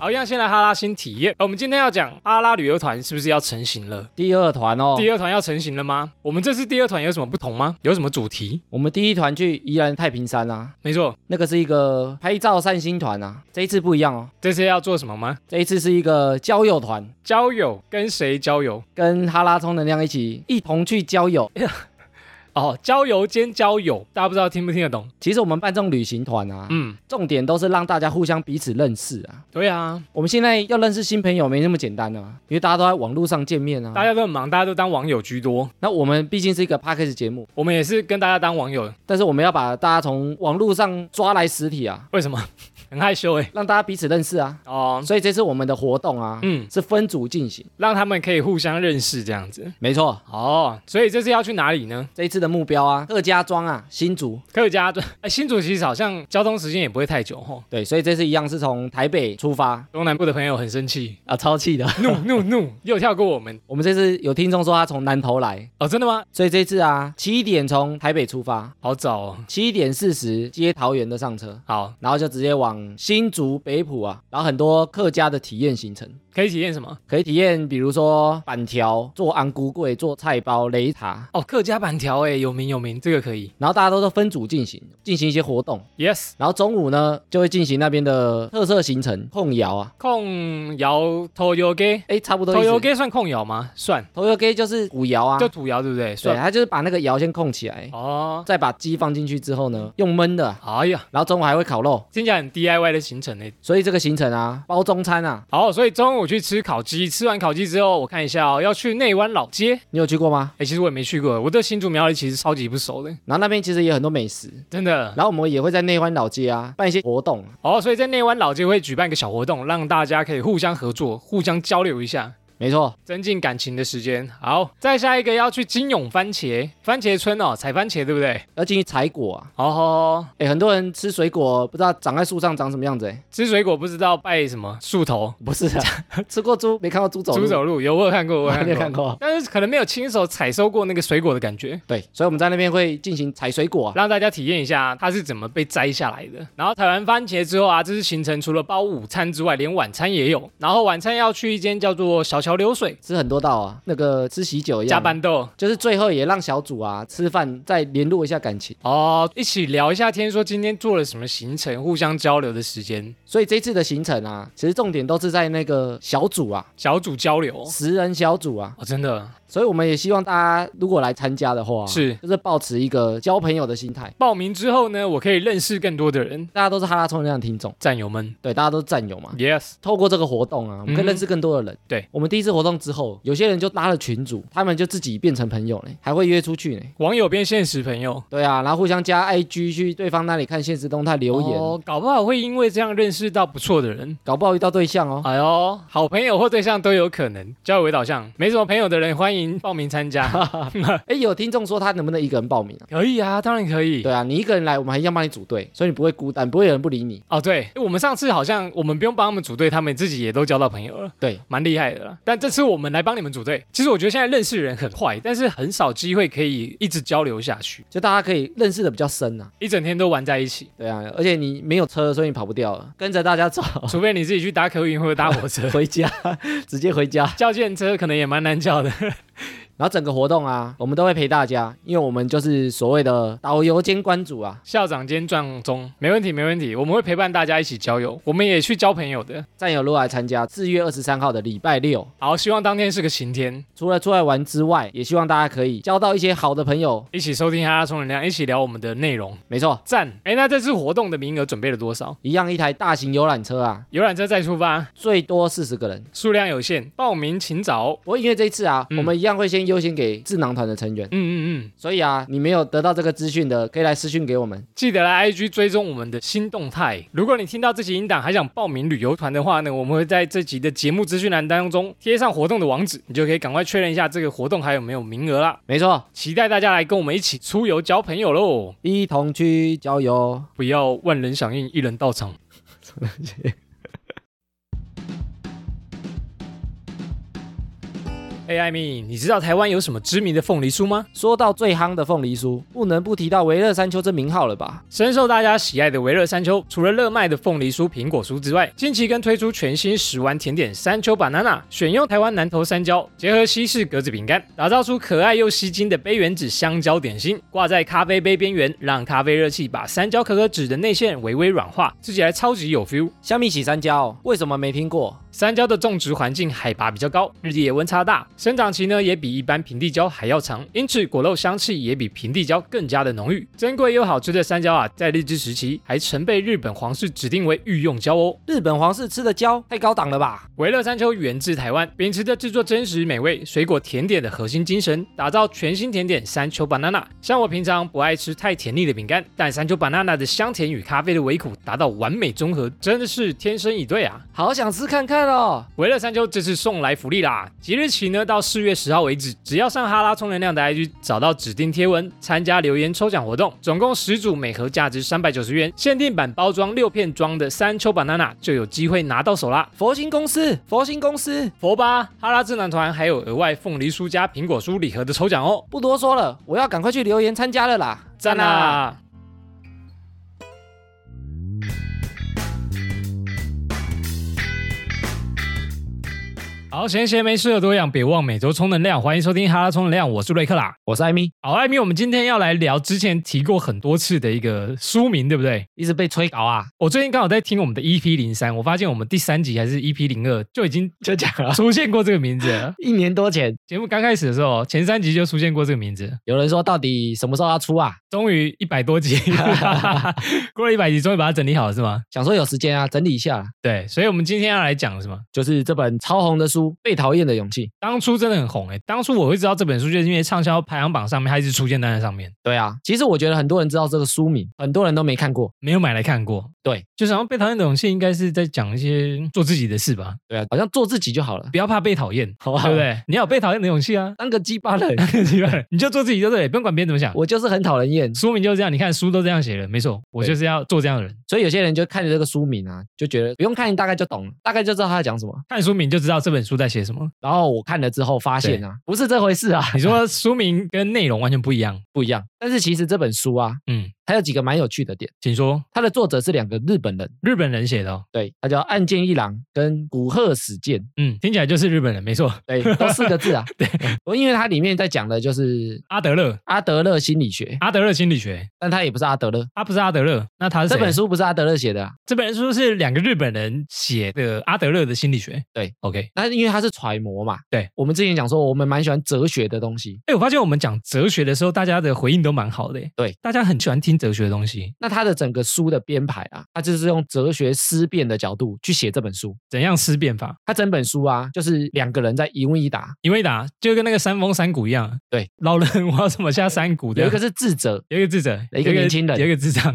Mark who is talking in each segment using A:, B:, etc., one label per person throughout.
A: 好，一样先来哈拉新体验。呃我们今天要讲阿拉旅游团是不是要成型了？
B: 第二团哦，
A: 第二团要成型了吗？我们这次第二团有什么不同吗？有什么主题？
B: 我们第一团去宜兰太平山啊，
A: 没错，
B: 那个是一个拍照散心团啊，这一次不一样哦，
A: 这次要做什么吗？
B: 这一次是一个交友团，
A: 交友跟谁交友？
B: 跟哈拉充能量一起一同去交友。
A: 哦，交友兼交友，大家不知道听不听得懂？
B: 其实我们办这种旅行团啊，
A: 嗯，
B: 重点都是让大家互相彼此认识啊。
A: 对啊，
B: 我们现在要认识新朋友没那么简单啊，因为大家都在网络上见面
A: 大
B: 啊。
A: 家都很忙，大家都当网友居多。
B: 那我们毕竟是一个 p a c k a g e 节目，
A: 我们也是跟大家当网友，
B: 但是我们要把大家从网络上抓来实体啊，
A: 为什么？ 很害羞哎、
B: 让大家彼此认识啊。
A: 哦，
B: 所以这次我们的活动啊，
A: 嗯，
B: 是分组进行。
A: 让他们可以互相认识这样子。
B: 没错，
A: 哦，所以这次要去哪里呢？
B: 这一次的目标啊，客家庄啊，新竹。
A: 客家庄，哎，新竹其实好像交通时间也不会太久吼。
B: 对，所以这次一样是从台北出发
A: 中南部的朋友很生气，
B: 啊，超气的。
A: 怒怒怒，又跳过我们
B: 我们这次有听众说他从南投来，
A: 哦，真的吗？
B: 所以这次啊，七点从台北出发，
A: 好早哦，
B: 七点四十接桃园的上车。
A: 好，
B: 然后就直接往新竹北埔啊，然后很多客家的体验行程，
A: 可以体验什么？
B: 可以体验，比如说板条、做安菇桂、做菜包、擂茶，
A: 哦，客家板条哎，有名有名，这个可以。
B: 然后大家都是分组进行，进行一些活动，
A: Yes，
B: 然后中午呢就会进行那边的特色行程控窑啊，
A: 控窑头油给，
B: 哎，差不多
A: 头
B: 意
A: 油
B: 思。
A: 给算控窑吗？算，
B: 头油给就是古窑啊，
A: 就土窑对不对？
B: 对，
A: 算。
B: 它就是把那个窑先控起来，
A: 哦，
B: 再把鸡放进去之后呢，用焖的，
A: 哎呀，
B: 然后中午还会烤肉，
A: 听起来很 DIY 的行程哎。
B: 所以这个行程啊，包中餐啊，
A: 好，所以中午去吃烤鸡，吃完烤鸡之后，我看一下哦，要去内湾老街。
B: 你有去过吗？
A: 哎，其实我也没去过，我对新竹苗栗其实超级不熟的，
B: 然后那边其实也有很多美食，
A: 真的。
B: 然后我们也会在内湾老街啊办一些活动，
A: 哦，所以在内湾老街会举办一个小活动，让大家可以互相合作、互相交流一下，
B: 没错，
A: 增进感情的时间。好，再下一个要去金永番茄番茄村哦，采番茄对不对？
B: 要进去采果啊。
A: 哦吼吼，
B: 哎，很多人吃水果不知道长在树上长什么样子，哎，
A: 吃水果不知道拜什么树头，
B: 不是啊， 吃过猪没看过猪走路，
A: 猪走路有我有看过，我有看
B: 没有
A: 过，
B: 看过。
A: 但是可能没有亲手采收过那个水果的感觉，
B: 对，所以我们在那边会进行采水果啊，
A: 让大家体验一下它是怎么被摘下来的。然后采完番茄之后啊，这次行程除了包午餐之外，连晚餐也有。然后晚餐要去一间叫做小桥流水
B: 吃很多道啊，那个吃喜酒一样。
A: 加班豆，
B: 就是最后也让小组啊吃饭再联络一下感情。
A: 哦，一起聊一下天，说今天做了什么行程，互相交流的时间，
B: 所以这次的行程啊，其实重点都是在那个小组啊，
A: 小组交流。
B: 十人小组啊。
A: 哦，真的
B: 所以我们也希望大家如果来参加的话，啊
A: 是
B: 就是保持一个交朋友的心态。
A: 报名之后呢，我可以认识更多的人，
B: 大家都是哈拉充能量的听众，
A: 战友们。
B: 对，大家都是战友嘛。
A: Yes，
B: 透过这个活动啊，我们可以认识更多的人。
A: 嗯对，
B: 我们第一次活动之后，有些人就拉了群组，他们就自己变成朋友嘞，还会约出去呢。
A: 网友变现实朋友。
B: 对啊，然后互相加 IG 去对方那里看现实动态留言，
A: 哦，搞不好会因为这样认识到不错的人。
B: 搞不好遇到对象哦。
A: 哎呦，好朋友或对象都有可能。交友为导向，没什么朋友的人欢迎报名参加。
B: 哎，有听众说他能不能一个人报名啊？
A: 可以啊，当然可以。
B: 对啊，你一个人来，我们还一样帮你组队，所以你不会孤单，不会有人不理你。
A: 哦，对，我们上次好像我们不用帮他们组队，他们自己也都交到朋友了。
B: 对，
A: 蛮厉害的啦。但这次我们来帮你们组队。其实我觉得现在认识人很快，但是很少机会可以一直交流下去，
B: 就大家可以认识的比较深啊。
A: 一整天都玩在一起，
B: 对啊，而且你没有车，所以你跑不掉了，跟着大家走啊
A: 除非你自己去搭客运或者搭火
B: 。
A: 车
B: 回家，直接回家。
A: 叫电车可能也蛮难叫的，
B: 然后整个活动啊，我们都会陪大家，因为我们就是所谓的导游兼关主啊，
A: 校长兼撞钟，没问题没问题，我们会陪伴大家一起交友，我们也去交朋友的。
B: 战友如果来参加，四月二十三号的礼拜六，
A: 好，希望当天是个晴天，
B: 除了出来玩之外，也希望大家可以交到一些好的朋友。
A: 一起收听哈拉充能量，一起聊我们的内容，
B: 没错，
A: 赞！哎，那这次活动的名额准备了多少？
B: 一样一台大型游览车啊，
A: 游览车再出发，
B: 最多四十个人。
A: 数量有限，报名请早。
B: 不过因为这一次啊，
A: 嗯
B: 我们一样会先优先给智囊团的成员，
A: 嗯嗯嗯，
B: 所以啊，你没有得到这个资讯的，可以来私讯给我们。
A: 记得来 IG 追踪我们的新动态。如果你听到这集音档还想报名旅游团的话呢，我们会在这集的节目资讯栏当中贴上活动的网址，你就可以赶快确认一下这个活动还有没有名额啦。
B: 没错，
A: 期待大家来跟我们一起出游交朋友喽！
B: 一同去郊游。
A: 不要万人响应，一人到场。 哎、艾米，你知道台湾有什么知名的凤梨酥吗？
B: 说到最夯的凤梨酥，不能不提到维乐山丘这名号了吧？
A: 深受大家喜爱的维乐山丘，除了热卖的凤梨酥、苹果酥之外，近期更推出全新食玩甜点山丘 banana，选用台湾南投山椒，结合西式格子饼干，打造出可爱又吸睛的杯原子香蕉点心，挂在咖啡杯边缘，让咖啡热气把山椒可可脂的内馅微微软化，吃起来超级有 feel。
B: 香蜜喜山椒，为什么没听过？
A: 山椒的种植环境海拔比较高，日夜温差大，生长期呢也比一般平地椒还要长，因此果肉香气也比平地椒更加的浓郁。珍贵又好吃的山椒啊，在日治时期还曾被日本皇室指定为御用椒哦。
B: 日本皇室吃的椒太高档了吧？
A: 维乐山丘源自台湾，秉持着制作真实美味水果甜点的核心精神，打造全新甜点山丘 banana。像我平常不爱吃太甜腻的饼干，但山丘 banana 的香甜与咖啡的微苦达到完美综合，真的是天生一对啊！
B: 好想吃看看哦！
A: 维乐山丘这次送来福利啦！即日起呢，到四月十号为止，只要上哈拉充能量的 IG 找到指定贴文，参加留言抽奖活动，总共十组，每盒价值三百九十元，限定版包装六片装的山丘 banana 就有机会拿到手啦！
B: 佛心公司，佛心公司，
A: 佛吧哈拉智囊团还有额外凤梨酥加苹果酥礼盒的抽奖哦，
B: 不多说了，我要赶快去留言参加了啦！啊
A: 赞啦！好，闲闲没事的多养，别忘每周充能量。欢迎收听哈拉充能量，我是瑞克啦。
B: 我是艾米，
A: 好，艾米，我们今天要来聊之前提过很多次的一个书名，对不对？
B: 一直被催稿啊，
A: 我最近刚好在听我们的 EP 零三，我发现我们第三集还是 EP 零二就已经
B: 就讲了
A: 出现过这个名字了。
B: 一年多前，
A: 节目刚开始的时候，前三集就出现过这个名字，
B: 有人说到底什么时候要出啊？
A: 终于一百多集，过了一百集，终于把它整理好了，是吗？
B: 想说有时间啊，整理一下啦，
A: 对，所以我们今天要来讲什么？
B: 就是这本超红的书《被讨厌的勇气》。
A: 当初真的很红诶、欸当初我会知道这本书，就是因为畅销排行榜上面它一直出现在那上面，
B: 对啊，其实我觉得很多人知道这个书名，很多人都没看过。
A: 没有买来看过。
B: 对，
A: 就是好像被讨厌的勇气，应该是在讲一些做自己的事吧，
B: 对啊，好像做自己就好了，
A: 不要怕被讨厌，
B: 好吧，
A: 对不对？你要有被讨厌的勇气啊
B: 当个鸡巴哦人，
A: 你就做自己就 对了，不用管别人怎么想。
B: 我就是很讨人厌。
A: 书名就是这样，你看书都这样写了，没错，我
B: 对
A: 就是要做这样的人。
B: 所以有些人就看着这个书名啊，就觉得不用看大概就懂了，大概就知道他在讲什么。
A: 看书名就知道这本书在写什么。
B: 然后我看了之后发现啊，不是这回事啊，
A: 你说书名跟内容完全不一样，
B: 不一样。但是其实这本书啊，
A: 嗯，
B: 它有几个蛮有趣的点。
A: 请说，
B: 它的作者是两个日本人，
A: 日本人写的、哦，
B: 对，他叫岸见一郎跟古贺史健，
A: 嗯，听起来就是日本人，没错。
B: 对，都四个字啊。
A: 对，
B: 我因为它里面在讲的就是
A: 阿德勒，
B: 阿德勒心理学，
A: 阿德勒心理学，啊
B: 但他也不是阿德勒。
A: 他不是阿德勒，那他是
B: 这
A: 谁
B: 本书不是阿德勒写的、啊，
A: 这本书是两个日本人写的阿德勒的心理学。
B: 对
A: ，OK。
B: 那因为他是揣摩嘛。
A: 对，
B: 我们之前讲说我们蛮喜欢哲学的东西，
A: 哎，我发现我们讲哲学的时候，大家的回应都蛮好的。欸
B: 对，
A: 大家很喜欢听哲学的东西。
B: 那他的整个书的编排啊，他就是用哲学思辨的角度去写这本书。
A: 怎样思辨法？
B: 他整本书啊，就是两个人在一问一答，
A: 因为打就跟那个山峰山谷一样。
B: 对，
A: 老人我要怎么下山谷？
B: 有一
A: 这
B: 个
A: 样
B: 是智者，
A: 有一个智者，
B: 有一个年轻人
A: 有一个智 障。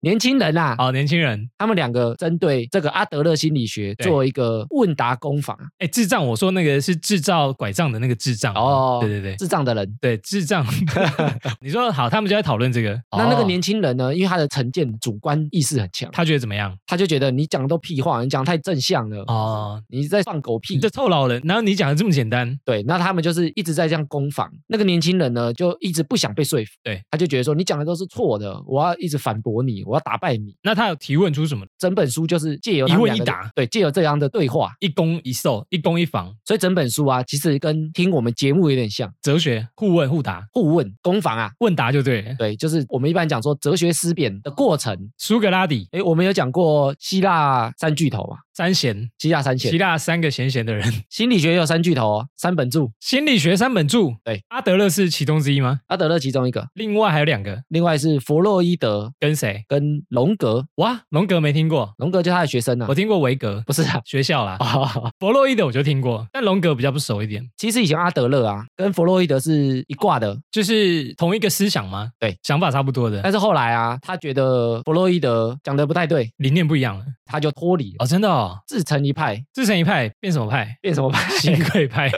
B: 年轻人啊，
A: 好，年轻人，
B: 他们两个针对这个阿德勒心理学
A: 对
B: 做一个问答攻防。啊
A: 哎，智障，我说那个是制造拐杖的那个智障。
B: 哦
A: 对对对。
B: 智障的人。
A: 对智障， 你说好，他们就在讨论这个。
B: 那那个
A: 哦
B: 年轻人呢？因为他的成见、主观意识很强，
A: 他觉得怎么样？
B: 他就觉得你讲的都屁话，你讲得太正向了，
A: 哦，
B: 你在放狗屁
A: 你。这臭老人，然后你讲的这么简单，
B: 对，那他们就是一直在这样攻防。那个年轻人呢，就一直不想被说服，
A: 对，
B: 他就觉得说你讲的都是错的，我要一直反驳你，我要打败你。
A: 那他有提问出什么？
B: 整本书就是借由
A: 一
B: 他们
A: 问
B: 两
A: 一
B: 个
A: 答，
B: 对，借由这样的对话，
A: 一攻一受，一攻一防，
B: 所以整本书啊，其实跟听我们节目有点像，
A: 哲学互问互答，
B: 互问攻防啊。
A: 问答就对了。
B: 对，就是我们一般讲说哲学思辨的过程。
A: 苏格拉底
B: 诶，我们有讲过希腊三巨头嘛，
A: 三贤，
B: 希腊三
A: 希
B: 贤，
A: 腊三个闲闲的人，
B: 心理学也有三巨头、哦，三本柱，
A: 心理学三本著，
B: 对，
A: 阿德勒是其中之一吗？
B: 阿德勒其中一个，
A: 另外还有两个
B: 另外是弗洛伊德
A: 跟谁？
B: 跟荣格，
A: 哇，荣格没听过，
B: 荣格就是他的学生啊
A: 我，听过维格，
B: 不是啊。
A: 学校啦，
B: 啊，
A: 弗洛伊德我就听过，但荣格比较不熟一点，
B: 其实以前阿德勒啊，跟弗洛伊德是一挂的，
A: 就是同一个思想吗？
B: 对，
A: 想法差不多的，
B: 但是后来啊，他觉得弗洛伊德讲的不太对，
A: 理念不一样了。
B: 他就脱离了，
A: 哦，真的哦，
B: 自成一派，
A: 自成一派变什么派？
B: 变什么派？
A: 新贵派，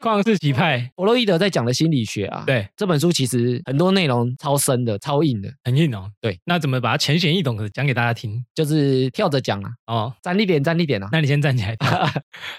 A: 旷世奇派，
B: 弗洛伊德在讲的心理学啊，
A: 对，
B: 这本书其实很多内容超深的、超硬的，
A: 很硬哦。
B: 对，
A: 那怎么把它浅显易懂的讲给大家听？
B: 就是跳着讲啊，
A: 哦，
B: 沾一点沾一点啊。
A: 那你先暂你还大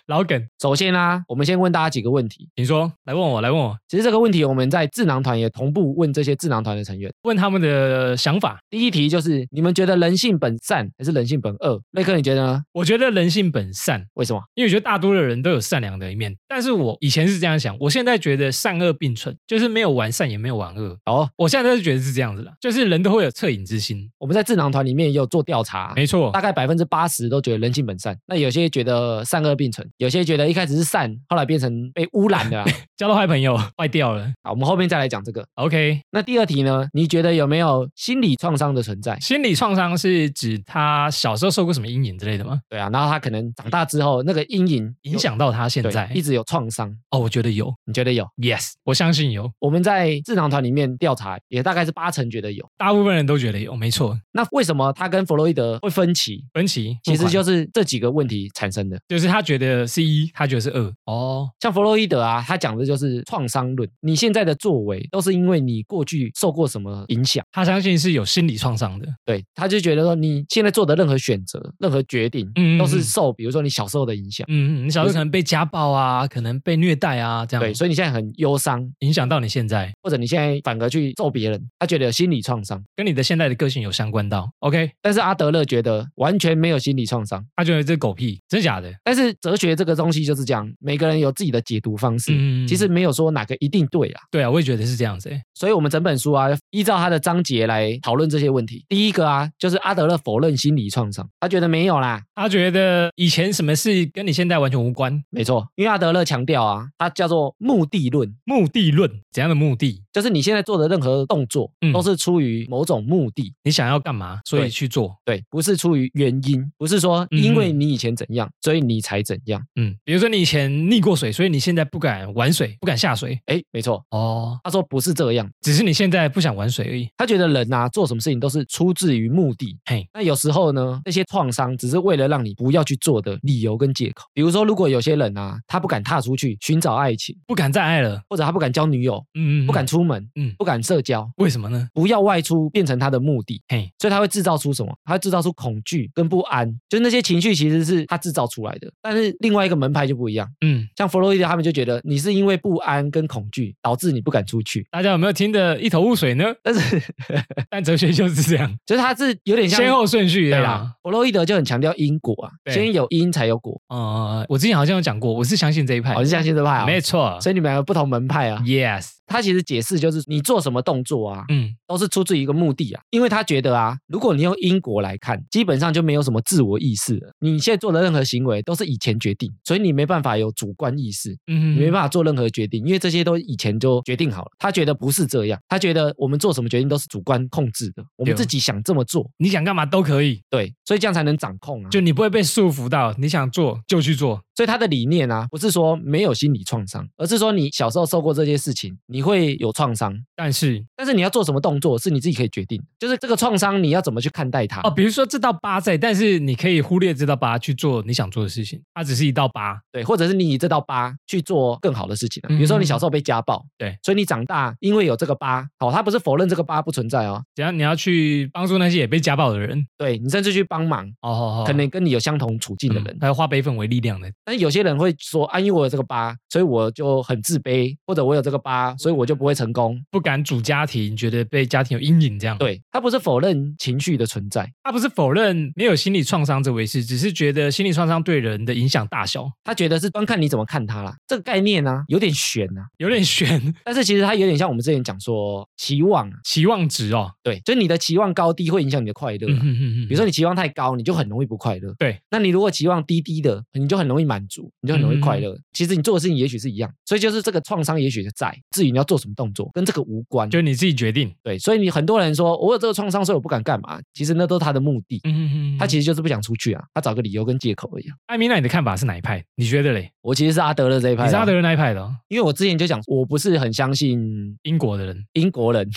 A: 老梗，
B: 首先啊，我们先问大家几个问题。
A: 你说来问我，来问我，
B: 其实这个问题我们在智囊团也同步问这些智囊团的成员。
A: 问他们的想法。
B: 第一题就是你们觉得人性本善还是人性本恶？瑞克你觉得呢？
A: 我觉得人性本善，
B: 为什么？
A: 因为我觉得大多的人都有善良的一面。但是我以前是这样想，我现在觉得善恶并存，就是没有完善也没有完恶。
B: 哦，
A: 我现在是觉得是这样子啦，就是人都会有恻隐之心。
B: 我们在智囊团里面也有做调查，啊
A: 没错，
B: 大概百分之八十都觉得人性本善，那有些觉得善恶并存，有些觉得一开始是善，后来变成被污染的 啦。
A: 交到坏朋友坏掉了。
B: 好，我们后面再来讲这个。
A: OK，
B: 那第二题呢？你觉得有没有心理创伤的存在？
A: 心理创伤是指他小时候受过什么阴影之类的吗？
B: 对啊，然后他可能长大之后那个阴影
A: 影响到他现
B: 对
A: 在？
B: 一直有创伤，
A: 哦，我觉得有
B: 你觉得有？
A: ，yes，我相信有，
B: 我们在智囊团里面调查，也大概是八成觉得有。
A: 大部分人都觉得有，没错。
B: 那为什么他跟弗洛伊德会分歧？
A: 分歧
B: 其
A: 不
B: 实
A: 管
B: 就是这几个问题产生的。
A: 就是他觉得是一，他觉得是二。哦，
B: 像弗洛伊德啊，他讲的就是创伤论。你现在的作为都是因为你过去受过什么影响，
A: 他相信是有心理创伤的。
B: 对，他就觉得说你现在做的任何选择、任何决定，
A: 嗯嗯
B: 都是
A: 嗯
B: 受比如说你小时候的影响，
A: 嗯，嗯，你小时候可能被家暴啊，可能被虐待啊，这样
B: 对，所以你现在很忧伤，
A: 影响到你现在，
B: 或者你现在反而去揍别人，他觉得有心理创伤。
A: 跟你的现在的个性有相关到。OK，
B: 但是阿德勒觉得完全没有心理创伤。
A: 他觉得这狗屁，真假的？
B: 但是哲学这个东西就是这样，每个人有自己的解读方式，
A: 嗯嗯嗯
B: 其实没有说哪个一定对啊。
A: 对啊，我也觉得是这样子、欸。
B: 所以，我们整本书啊，依照它的章节来讨论这些问题。第一个啊，就是阿德勒否认心理创伤，他觉得没有啦，
A: 他觉得以前什么事跟你现在完全无关，
B: 没错，因为阿德勒强调啊，他叫做目的论，
A: 目的论，怎样的目的？
B: 就是你现在做的任何动作
A: 嗯
B: 都是出于某种目的，
A: 你想要干嘛，所以
B: 对
A: 去做。
B: 对，不是出于原因，不是说因为你以前怎样，所以你才怎样。
A: 嗯，比如说你以前溺过水，所以你现在不敢玩水，不敢下水。
B: 哎，没错，
A: 哦，
B: 他说不是这样，
A: 只是你现在不想玩水而已。
B: 他觉得人啊，做什么事情都是出自于目的。
A: 嘿，
B: 那有时候呢，那些创伤只是为了让你不要去做的理由跟借口。比如说，如果有些人啊，他不敢踏出去寻找爱情，
A: 不敢再爱了。
B: 或者他不敢交女友，
A: 嗯，嗯
B: 不敢
A: 嗯
B: 出门，
A: 嗯
B: 不敢社交，
A: 为什么呢？
B: 不要外出变成他的目的，
A: 嘿，
B: 所以他会制造出什么？他会制造出恐惧跟不安，就是那些情绪其实是他制造出来的。但是另外一个门派就不一样，
A: 嗯，
B: 像弗洛伊德他们就觉得你是因为不安跟恐惧导致你不敢出去，
A: 大家有没有听得一头雾水呢？
B: 但是
A: 但哲学就是这样，
B: 就是他是有点像
A: 先后顺序
B: 对
A: 的
B: 啦
A: 啦。，
B: 弗洛伊德就很强调因果啊，
A: 对
B: 先有因才有果，
A: 呃，我之前好像有讲过，我是相信这一派，
B: 好是相信这派啊，
A: 没错。
B: 所以你们两个不同门派啊。
A: Yes，
B: 他其实解释就是你做什么动作啊，
A: 嗯，
B: 都是出自于一个目的啊，因为他觉得啊，如果你用因果来看，基本上就没有什么自我意识了。你现在做的任何行为都是以前决定，所以你没办法有主观意识，
A: 嗯
B: 你没
A: 法，
B: 办法做任何决定，因为这些都以前就决定好了。他觉得不是这样，他觉得我们做什么决定都是主观控制的，我
A: 对
B: 们
A: 哦
B: 自己想这么做，
A: 你想干嘛都可以，
B: 对，所以这样才能掌控啊。
A: 就你不会被束缚到，你想做就去做。
B: 所以他的理念啊，不是说没有心理创伤，而是说你小时候受过这些事情，你会有创伤，
A: 但是
B: 但是你要做什么动作是你自己可以决定的，就是这个创伤你要怎么去看待它。
A: 哦，比如说这道疤在，但是你可以忽略这道疤去做你想做的事情，它只是一道疤。
B: 对，或者是你以这道疤去做更好的事情、啊，比如说你小时候被家暴，
A: 嗯对
B: 所以你长大因为有这个疤，好，他不是否认这个疤不存在哦，
A: 只要你要去帮助那些也被家暴的人，
B: 对你甚至去帮忙，
A: 哦哦哦，
B: 可能跟你有相同处境的人，
A: 嗯还有化悲愤为力量的，
B: 但是有些人会说，啊，因为我有这个疤，所以我就很自卑，或者我有这个疤，所以我就不会成功。
A: 不敢主家庭，觉得被家庭有阴影这样。
B: 对他不是否认情绪的存在，
A: 他不是否认没有心理创伤这回事，只是觉得心理创伤对人的影响大小
B: 他觉得是端看你怎么看它啦。这个概念呢、啊，有点悬啊。
A: 有点悬，
B: 但是其实它有点像我们之前讲说期望啊，
A: 期望值哦。
B: 对，就是你的期望高低会影响你的快乐
A: 嗯
B: 啊、
A: 哼哼哼
B: 比如说你期望太高，你就很容易不快乐。
A: 对，
B: 那你如果期望低低的，你就很容易满足，你就很容易
A: 嗯
B: 快乐。其实你做的事情也许是一样，所以就是这个创伤也许是在，至于你要做什么动作，跟这个无关。
A: 就你自己决定。
B: 对，所以你很多人说我有这个创伤，所以我不敢干嘛，其实那都是他的目的，
A: 嗯哼哼
B: 他
A: 他
B: 其
A: 其
B: 实就是不想出去啊，他找个理由跟借口而已啊、
A: 艾米娜，你的看法是哪一派？你觉得嘞？
B: 我其实是阿德勒这一派、啊
A: 你是阿德，勒那一派的、哦，
B: 因为我之前就讲，我不是很相信
A: 英国的人，
B: 英国人，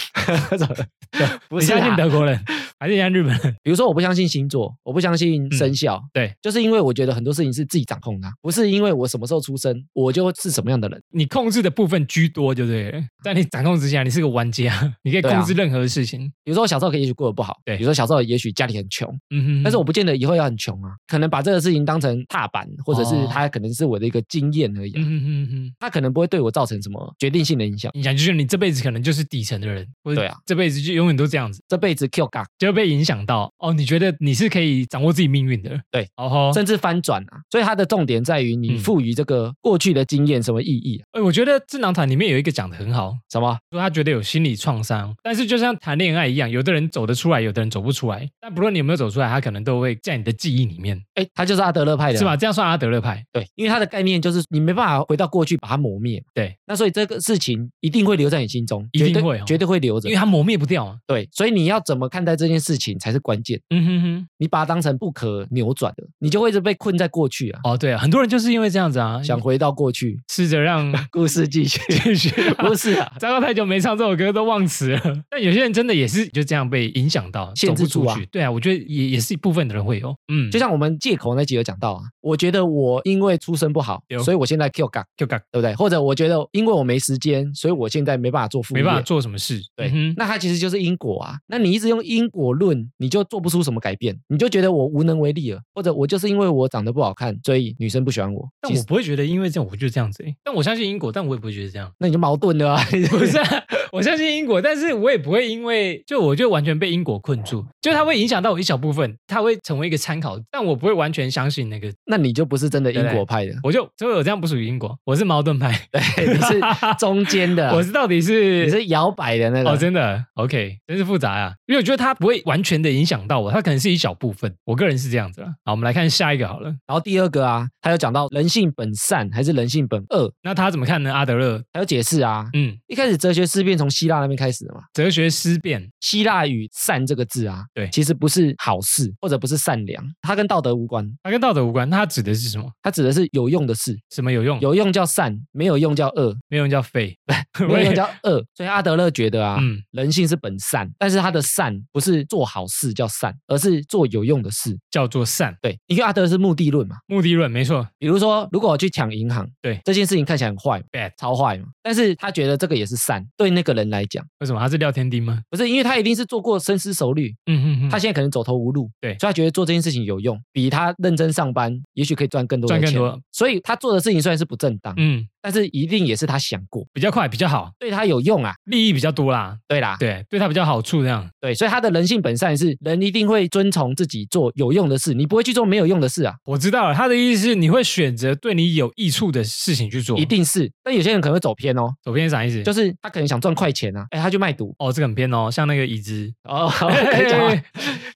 B: 不
A: 你
B: 是
A: 相信
B: 啊
A: 德国人，还是像日本人
B: 比如说，我不相信星座，我不相信生肖，
A: 嗯对，
B: 就是因为我觉得很多事情是自己掌控的啊，不是因为我什么时候出生，我就是什么样的人。
A: 你控制的部分居多，就对了。在你掌控之下，你是个玩家， 你可以
B: 对啊
A: 控制任何事情。
B: 比如说，我小时候也许过得不好，
A: 对
B: 比如说小时候也许家里很穷，
A: 嗯哼，
B: 但是我不见得以后要很穷啊，可能把这个事情当成踏板，或者是
A: 哦
B: 它可能是我的一个经验而已啊、
A: 嗯哼哼哼，
B: 它可能不会对我造成什么决定性的影响。
A: 你想就是你这辈子可能就是底层的人，或者
B: 对啊，
A: 这辈子就永远都这样子，
B: 这辈子 Q 嘎，
A: 就会被影响到。哦，你觉得你是可以掌握自己命运的？
B: 对，
A: 哦吼。
B: 甚至翻转啊，所以它的重点在于你
A: 嗯
B: 赋予这个过去的经验什么意义啊、
A: 哎，我觉得智囊团里面有一个讲的很好，
B: 什么？
A: 说他觉得有心理创伤，但是就像谈恋爱一样，有的人走得出来，有的人走不出来。但不论你有没有走出来，他可能都会在你的记忆里面，
B: 哎，它就是阿德勒派的啊，
A: 是吧？这样算阿德勒派。
B: 对，因为它的概念就是你没办法回到过去把它磨灭。
A: 对，
B: 那所以这个事情一定会留在你心中，
A: 一
B: 绝
A: 定
B: 对
A: 会哦
B: 绝对会留着
A: 因为。它磨灭不掉嘛。
B: 对，所以你要怎么看待这件事情才是关键。
A: 嗯哼哼，
B: 你把它当成不可扭转的，你就会一直被困在过去啊。
A: 哦，对啊，很多人就是因为这样子啊，
B: 想回到过去，
A: 试着 让
B: 故事继续。
A: 继续。
B: 不是啊，
A: 糟糕，太久没唱这首歌都忘词 了。但有些人真的也是就这样被影响到，
B: 限制
A: 走
B: 住
A: 不
B: 啊
A: 出去。对啊，我觉得也也是一部分的人会有，嗯，
B: 就像我们借口那集有讲到啊，我觉得我因为出身不好
A: 有，
B: 所以我现在 Q 岗，
A: 就嘎
B: 对不对？或者我觉得因为我没时间，所以我现在没办法做副业，
A: 没办法做什么事。
B: 对，
A: 嗯哼
B: 那它其实就是因果啊。那你一直用因果论，你就做不出什么改变，你就觉得我无能为力了，或者我就是因为我长得不好看，所以女生不喜欢我。
A: 但
B: 其
A: 我
B: 实
A: 不会觉得因为这样我就这样子、欸，但我相信因果，但我也不会觉得这 样。
B: 那你就矛盾了啊！
A: 不是、啊，我相信因果，但是我也不会因为就我就完全被因果困住，就它会影响到我一小部分，它会成为一个参考，但我不会完全相信那个，
B: 那你就不是真的因
A: 对
B: 果派的，
A: 我就所以我这样不属于因果，我是矛盾派，
B: 你 是中间的啊、
A: 我是到底是
B: 你是摇摆的那个。啊
A: 哦，真的 OK，真是复杂啊，因为我觉得它不会完全的影响到我，它可能是一小部分，我个人是这样子啦。好，我们来看下一个好了，
B: 然后第二个啊，他有讲到人性本善还是人性本恶，
A: 那他怎么看呢？阿德勒，
B: 还有解释啊。
A: 嗯，
B: 一开始哲学思辨从希腊那边开始的嘛，
A: 哲学思辨，
B: 希腊语“善”这个字啊，
A: 对
B: 其实不是好事或者不是善良，它跟道德无关，
A: 它跟道德无关，那它指的是什么？
B: 它指的是有用的事，
A: 什么有用？
B: 有用叫善，没有用叫恶，
A: 没有人叫废，
B: 没有用
A: 叫
B: 叫恶。所以阿德勒觉得啊，
A: 嗯，
B: 人性是本善，但是他的善不是做好事叫善，而是做有用的事。
A: 叫做善，
B: 对，因为阿德勒是目的论嘛。
A: 目的论，没错，
B: 比如说，如果我去抢银行，
A: 对
B: 这件事情看起来很坏
A: Bad
B: 超坏嘛，但是他觉得这个也是善，对那个人来讲，
A: 为什么他是廖天丁吗？
B: 不是因为他一定是做过深思熟虑，
A: 嗯哼哼，
B: 他现在可能走投无路，
A: 对
B: 所以他觉得做这件事情有用，比他认真上班，也许可以赚更多的
A: 赚
B: 钱，
A: 更多，
B: 所以他做的事情虽然是不正当，
A: 嗯
B: 但是一定也是他想过，
A: 比较快，比较好，
B: 对他有用啊，
A: 利益比较多啦，
B: 对啦，
A: 对，对他比较好处这样。
B: 对，所以他的人性本善是人一定会遵从自己做有用的事，你不会去做没有用的事啊，
A: 我知道了，他的意思是你会选择对你有益处的事情去做，
B: 一定是。但有些人可能会走偏哦，
A: 走偏是啥意思？
B: 就是是他可能想赚快钱啊，哎，他去卖毒
A: 哦，这个很偏哦，像那个椅子
B: 哦，可以讲吗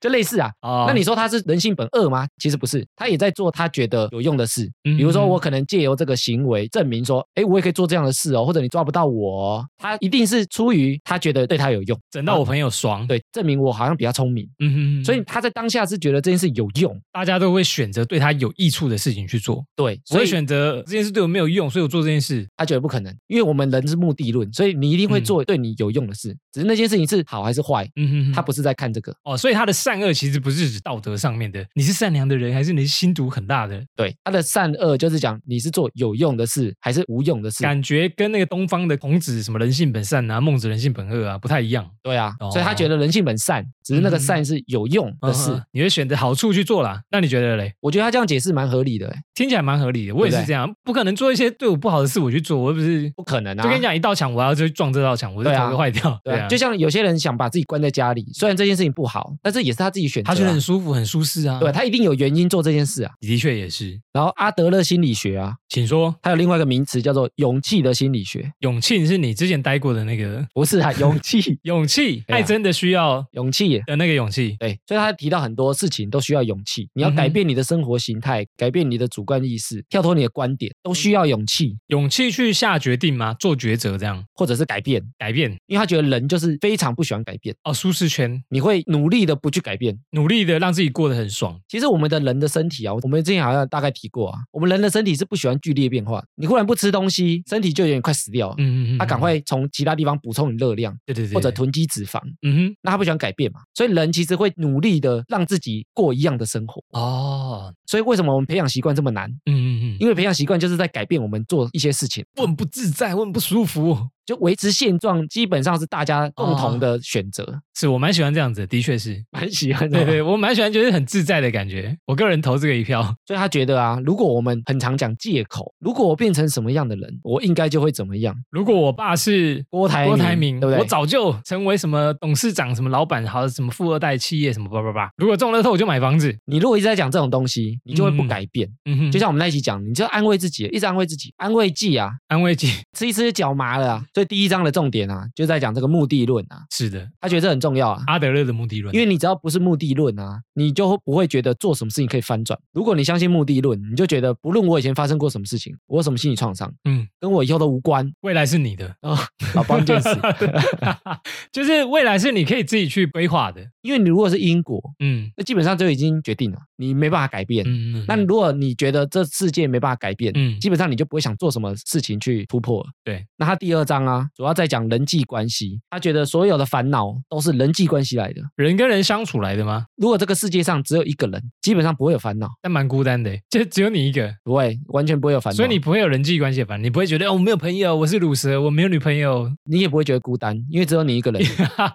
B: 就类似啊。
A: 哦，
B: 那你说他是人性本恶吗？其实不是，他也在做他觉得有用的事。
A: 嗯
B: 比如说，我可能借由这个行为证明说，哎，我也可以做这样的事哦，或者你抓不到我、哦。他一定是出于他觉得对他有用，
A: 整到我朋友爽，，
B: 对，证明我好像比较聪明。
A: 嗯哼哼，
B: 所以他在当下是觉得这件事有用，
A: 大家都会选择对他有益处的事情去做，
B: 对，
A: 所
B: 所
A: 以
B: 以
A: 选择这件事对我没有用，所以我做这件事，
B: 他觉得不可能，因为我们人是目的论，所以你一定会
A: 嗯
B: 做对你有用的事，只是那件事情是好还是坏，
A: 嗯哼哼，
B: 他不是在看这个。
A: 哦，所以他的善恶其实不是指道德上面的，你是善良的人还是你是心毒很大的人？
B: 对，他的善恶就是讲你是做有用的事还是无用的事。
A: 感觉跟那个东方的孔子什么人性本善啊，孟子人性本恶啊不太一样。
B: 对啊，
A: 哦
B: 所以他觉得人性本善，只是那个
A: 嗯
B: 善呃是有用的事。
A: 嗯哼你会选择好处去做啦。那你觉得嘞？
B: 我觉得他这样解释蛮合理的、欸，
A: 听起来蛮合理的，我也
B: 对
A: 是
B: 不对
A: 这样，不可能做一些对我不好的事我去做，我又不是。
B: 不可能啊！
A: 就跟你讲，一道墙我要去撞这道墙，我就
B: 对啊
A: 头会坏掉。
B: 对啊，就像有些人想把自己关在家里，虽然这件事情不好，但是也是他自己选择啊、
A: 他觉得很舒服、很舒适啊。
B: 对，他一定有原因做这件事啊。
A: 的确也是。
B: 然后阿德勒心理学啊，
A: 请说，
B: 还有另外一个名词叫做勇气的心理学，
A: 永庆是你之前待过的那个
B: 不是 啊，勇气，
A: 勇气，
B: 对啊
A: 爱真的需要
B: 勇气耶。
A: 的那个勇气。
B: 对，所以他提到很多事情都需要勇气，你要
A: 嗯哼
B: 改变你的生活形态，改变你的主观意识，跳脱你的观点，都需要勇气，
A: 勇气去下决定吗？做抉择这样
B: 或者是改变。
A: 改变
B: 因为他觉得人就是非常不喜欢改变，
A: 哦，舒适圈
B: 你会努力的不去改变。
A: 努力的让自己过得很爽。
B: 其实我们的人的身体啊，我们之前好像大概提过啊，我们人的身体是不喜欢剧烈变化的。你忽然不吃东西，身体就有点快死掉了。
A: 嗯嗯嗯，
B: 它赶快从其他地方补充你热量，
A: 对对对，
B: 或者囤积脂肪。
A: 嗯
B: 那他不喜欢改变嘛，所以人其实会努力的让自己过一样的生活。
A: 哼，哦，
B: 所以为什么我们培养习惯这么难？
A: 嗯嗯嗯，
B: 因为培养习惯就是在改变我们做一些事情，
A: 我很不自在，我很不舒服。
B: 就维持现状，基本上是大家共同
A: 啊
B: 的选择。
A: 是我蛮喜欢这样子的，的确是。哦
B: 蛮喜欢的，
A: 对对，我蛮喜欢，就是很自在的感觉。我个人投这个一票。
B: 所以他觉得啊，如果我们很常讲借口，如果我变成什么样的人，我应该就会怎么样。
A: 如果我爸是
B: 郭台
A: 郭台铭，
B: 对不对？
A: 我早就成为什么董事长、什么老板，好什么富二代企业什么叭叭叭。如果中了头，我就买房子。
B: 你如果一直在讲这种东西，你就会不改变。
A: 嗯哼，
B: 就像我们那一起讲，你就安慰自己，一直安慰自己，安慰剂啊，
A: 安慰剂。
B: 吃一吃脚麻了啊。所以第一章的重点啊，就在讲这个目的论啊，
A: 是的，
B: 他觉得这很重要啊。
A: 阿德勒的目的论。
B: 因为你只要不是目的论啊，你就不会觉得做什么事情可以翻转。如果你相信目的论，你就觉得不论我以前发生过什么事情，我有什么心理创伤，
A: 嗯，
B: 跟我以后都无关
A: 未来是你的，
B: 啊、老帮件 事。
A: 就是未来是你可以自己去规划的。
B: 因为你如果是因果，
A: 嗯
B: 那基本上就已经决定了，你没办法改变。
A: 嗯，嗯
B: 那如果你觉得这世界没办法改变，
A: 嗯
B: 基本上你就不会想做什么事情去突破了。
A: 对，
B: 那他第二章啊，主要在讲人际关系，他觉得所有的烦恼都是人际关系来的。
A: 人跟人相处来的吗？
B: 如果这个世界上只有一个人，基本上不会有烦恼，
A: 但蛮孤单的，就只有你一个，
B: 不会，完全不会有烦恼。
A: 所以你不会有人际关系吧？你不会觉得哦，我没有朋友，我是乳蛇，我没有女朋友，
B: 你也不会觉得孤单，因为只有你一个人。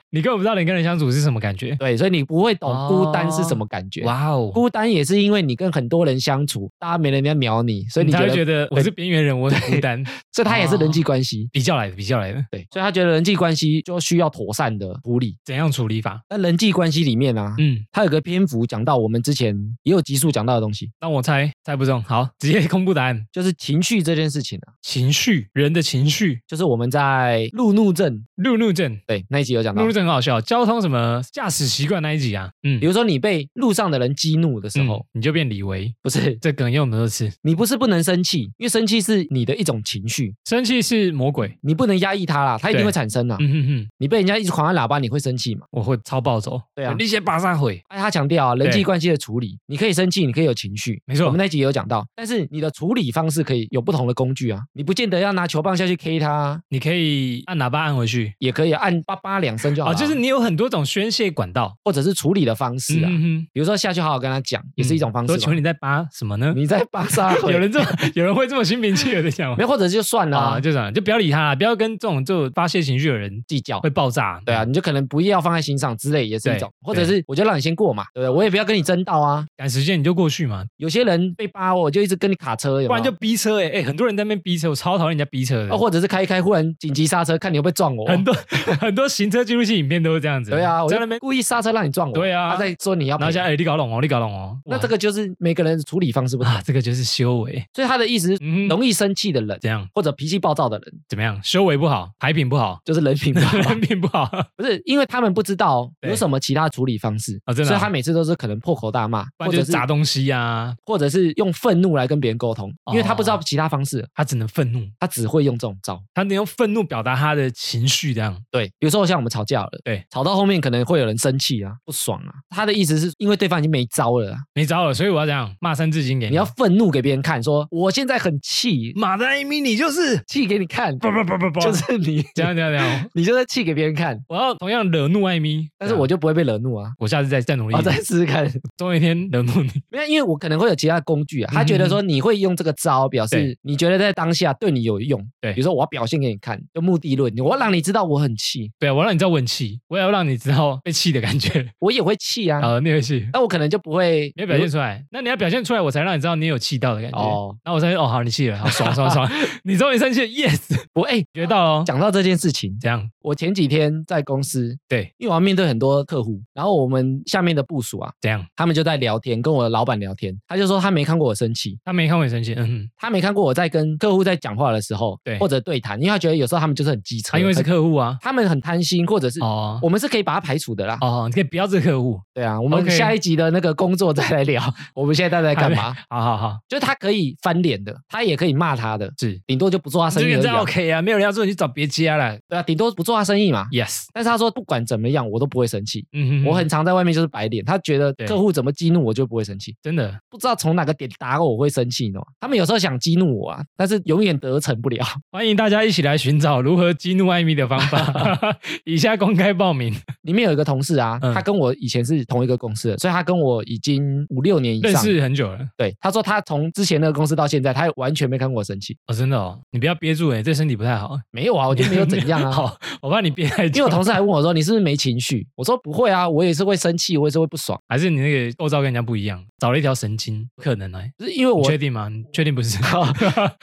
A: 你根本不知道人跟人相处是什么感觉。
B: 对，所以你不会懂孤单是什么感觉。
A: 哇哦，
B: 孤单也是因为你跟很多人相处，大家没人家鸟你，所以你
A: 才嗯
B: 觉
A: 会
B: 得，
A: 觉得哦我是边缘人，我很孤 单。
B: 所以他也是人际关系。
A: 比较来的，比较来的，
B: 对，所以他觉得人际关系就需要妥善的处理。
A: 怎样处理法？
B: 那人际关系里面啊，
A: 嗯，
B: 它有个篇幅讲到我们之前也有集数讲到的东西，
A: 让我猜，猜不中，好，直接公布答案。
B: 就是情绪这件事情啊，
A: 情绪，人的情绪，
B: 就是我们在路怒症
A: 路怒症，
B: 对那一集有讲到
A: 路怒，症很好笑，交通什么驾驶习惯那一集啊，嗯
B: 比，如说你被路上的人激怒的时
A: 嗯
B: 候，
A: 你就变李维，
B: 不是
A: 这梗用很多次。
B: 你不是不能生气，因为生气是你的一种情绪，
A: 生气是魔鬼，
B: 你不能压抑它啦，它一定
A: 对
B: 会产生啦。啊
A: 嗯哼哼，
B: 你被人家一直狂按喇叭，你会生气嘛？
A: 我会超暴走，
B: 对啊
A: 你先把上毁，
B: 哎，他强调啊，人际
A: 对
B: 关系的处理，你可以生气，你可以有情绪，
A: 没错
B: 我们那集也有讲到，但是你的处理方式可以有不同的工具啊，你不见得要拿球棒下去 K 他啊，
A: 你可以按喇叭按回去。
B: 也可以按叭叭两声就好
A: 啊，
B: 了啊、
A: 就是你有很多种宣泄管道，
B: 或者是处理的方式啊，
A: 嗯哼哼
B: 比如说下去好好跟他讲，也是一种方
A: 嗯
B: 式
A: 说求
B: 嘛。
A: 你在扒什么呢？
B: 你在巴萨
A: 有人这么 有人会这么心平气和的讲吗
B: 没有，或者就算了、
A: 啊，
B: 啊，
A: 就这样，就不要理他啦，不要跟这种就发泄情绪的人
B: 计较
A: 会。爆炸。
B: 对啊，，你就可能不要放在心上之类，也是一种，
A: 对
B: 或者是我就让你先过嘛，对不对？我也不要跟你争到啊。
A: 赶时间你就过去嘛，
B: 有些人被扒，我就一直跟你卡车，有没有
A: 不然就逼车哎、欸、哎、很多人在那边逼车，我超讨厌人家逼车的。
B: 啊，或者是开一开，忽然紧急刹车，看你会不会撞我。
A: 很多很多行车记录器影片都是这样子。
B: 对啊，我
A: 在
B: 就
A: 那边，
B: 故意刹车让你撞我。
A: 对啊
B: 他在说你要
A: 然
B: 赔
A: 后。想哎、欸你搞懂哦，你搞懂哦。
B: 那
A: 哇
B: 这个就是每个人的处理方式不同，
A: 啊，这个就是修为，
B: 所以他的意思是，
A: 嗯哼，
B: 容易生气的人
A: 怎样
B: 或者脾气暴躁的人，，
A: 怎么样，修为不好，牌品不好
B: 就是人品不 好。
A: 人品不好，
B: 不是，因为他们不知道
A: 对
B: 有什么其他处理方式
A: 啊真的啊
B: 所以他每次都是可能破口大骂，
A: 不
B: 或
A: 然就
B: 者
A: 是
B: 是
A: 砸东西啊，
B: 或者是用愤怒来跟别人沟通，因为他不
A: 哦
B: 知道其他方式，
A: 他只能愤怒，
B: 他只会用这种招。
A: 他能用愤怒表达他的情绪，这样
B: 对，比如说像我们吵架了，
A: 对，
B: 吵到后面可能会有人生气啊，不爽啊，他的意思是因为对方已经没招了啊，
A: 没招了，所以我要这样骂三字经给
B: 你要愤怒给别人看，说我现在很气，
A: 马的一米，你就是
B: 气给你看，
A: 不不不不不，
B: 就是你，
A: 这样这样这 样，
B: 你就在气给别人看，
A: 我要同样惹怒艾米，
B: 但是我就不会被惹怒啊。
A: 我下次再再努力
B: 我，再试 试看，
A: 总有一天惹怒你。
B: 没有，因为我可能会有其他工具啊。他觉得说你会用这个招，表示
A: 嗯对
B: 你觉得在当下对你有用。
A: 对
B: 比如说我要表现给你看，就目的论，我要让你知道我很气，
A: 对，啊我要让你知道我很气，我也要让你知道被气的感觉。
B: 我也会气啊。
A: 好，你会气，
B: 那我可能就不会
A: 没有表现出来，那你要表现出来，我才让你知道你有气到的感觉。
B: 嗯哦，
A: 那我才哦，好，你气了，好爽 爽爽，你终于生气了，yes，
B: 我哎，
A: 学到了哦。
B: 讲到这件事情，
A: 这样，
B: 我前几天在公司，
A: 对，
B: 因为我要面对很多客户，然后我们下面的部署啊，
A: 这样，
B: 他们就在聊天，跟我的老板聊天，他就说他没看过我生气，
A: 他没看我很生气，嗯，
B: 他没看过我在跟客户在讲话的时候，
A: 对
B: 或者对谈，因为他觉得有时候他们就是很机车，
A: 他因为是
B: 很
A: 客户啊，
B: 他们很贪心，或者是
A: 哦
B: 我们是可以把它排除的啦。
A: 哦，你可以不要这个客户，
B: 对啊，我们
A: OK
B: 下一集的那个工作再来聊。我们现在到底在干嘛？
A: 好好好，
B: 就是他可以翻脸的，他也可以骂他的，
A: 是
B: 顶多就不做他生
A: 这
B: 意
A: 个
B: 而已
A: 真
B: 啊、
A: OK 啊，没有人要做你去找别家了。
B: 对啊，顶多不做他生意嘛。
A: Yes，
B: 但是他说不管怎么样，我都不会生气。
A: 嗯哼哼
B: 我很常在外面就是白脸，他觉得
A: 对
B: 客户怎么激怒我就不会生气。
A: 真的
B: 不知道从哪个点打我，我会生气呢？他们有时候想激怒我啊，但是永远得逞不了。
A: 欢迎大家一起来寻找如何激怒艾米的方 法，以下公开报名，
B: 里面有一个同事啊，
A: 嗯
B: 他跟我以前是同一个公司的，所以他跟我已经五六年以
A: 认
B: 上。
A: 识很久了。
B: 对，他说他从之前那个公司到现在，他完全没看过我生气。
A: 哦，真的哦，你不要憋住哎、这身体不太 好。
B: 没有啊，我就没有怎样 啊。
A: 好，我怕你憋太
B: 因为
A: 久。
B: 我同事还问我说：“你是不是没情绪？”我说：“不会啊，我也是会生气，我也是会不爽，
A: 还是你那个构造跟人家不一样，找了一条神经，可能哎、
B: 就是因为
A: 你
B: 我
A: 确定吗？你确定不 是？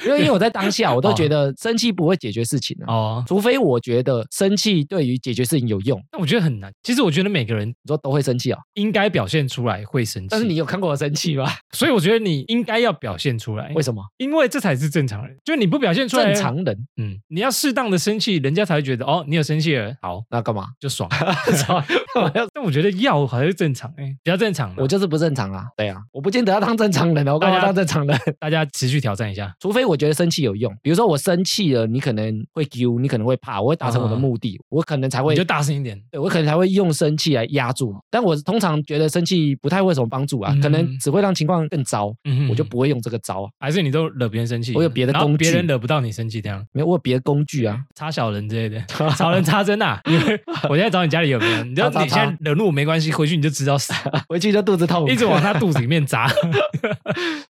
B: 因为因为我在当 下，我都觉得生气不会解决事情啊，
A: 哦，
B: 除非我觉得生气对于解决事情有用。
A: 那我觉得很难。其实我觉得每个人
B: 你说都会生气啊、
A: 应该表现出来会生气，
B: 但是你，有看过我生气吗？
A: 所以我觉得你应该要表现出来
B: 为，什么？
A: 因为这才是正常人。就你不表现出来，
B: 正，常人
A: 嗯，你要适当的生气，人家才会觉得哦，你有生气了，好
B: 那干嘛？
A: 就爽。 啊但我觉得要还是正常，哎、比较正常啦。
B: 我就是不正常啊，对啊，我不见得要当正常人啊，我干嘛
A: 大家
B: 当正常人？
A: 大家持续挑战一下，
B: 除非我觉得生气有用，比如说我生气了，你可能会丢，你可能会怕，我会达成我的目的，我可能才会
A: 嗯你就大声一点。
B: 对我可能才会用生气来压住你。但我通常觉得生气不太会有什么帮助啊，
A: 嗯
B: 可能只会让情况更糟，
A: 嗯哼
B: 我就不会用这个招啊，
A: 还是你都惹别人生气，
B: 我有别的
A: 然后
B: 工
A: 别
B: 具
A: 人惹不到你生气，这样
B: 没有我有别的工具 啊。
A: 插小人之类的， 小人插针呐、因为我现在找你家里有没有？你知道
B: 插插
A: 你现在惹怒我没关系，回去你就知道 死，
B: 回去就肚子痛，
A: 一直 往他肚子里面扎。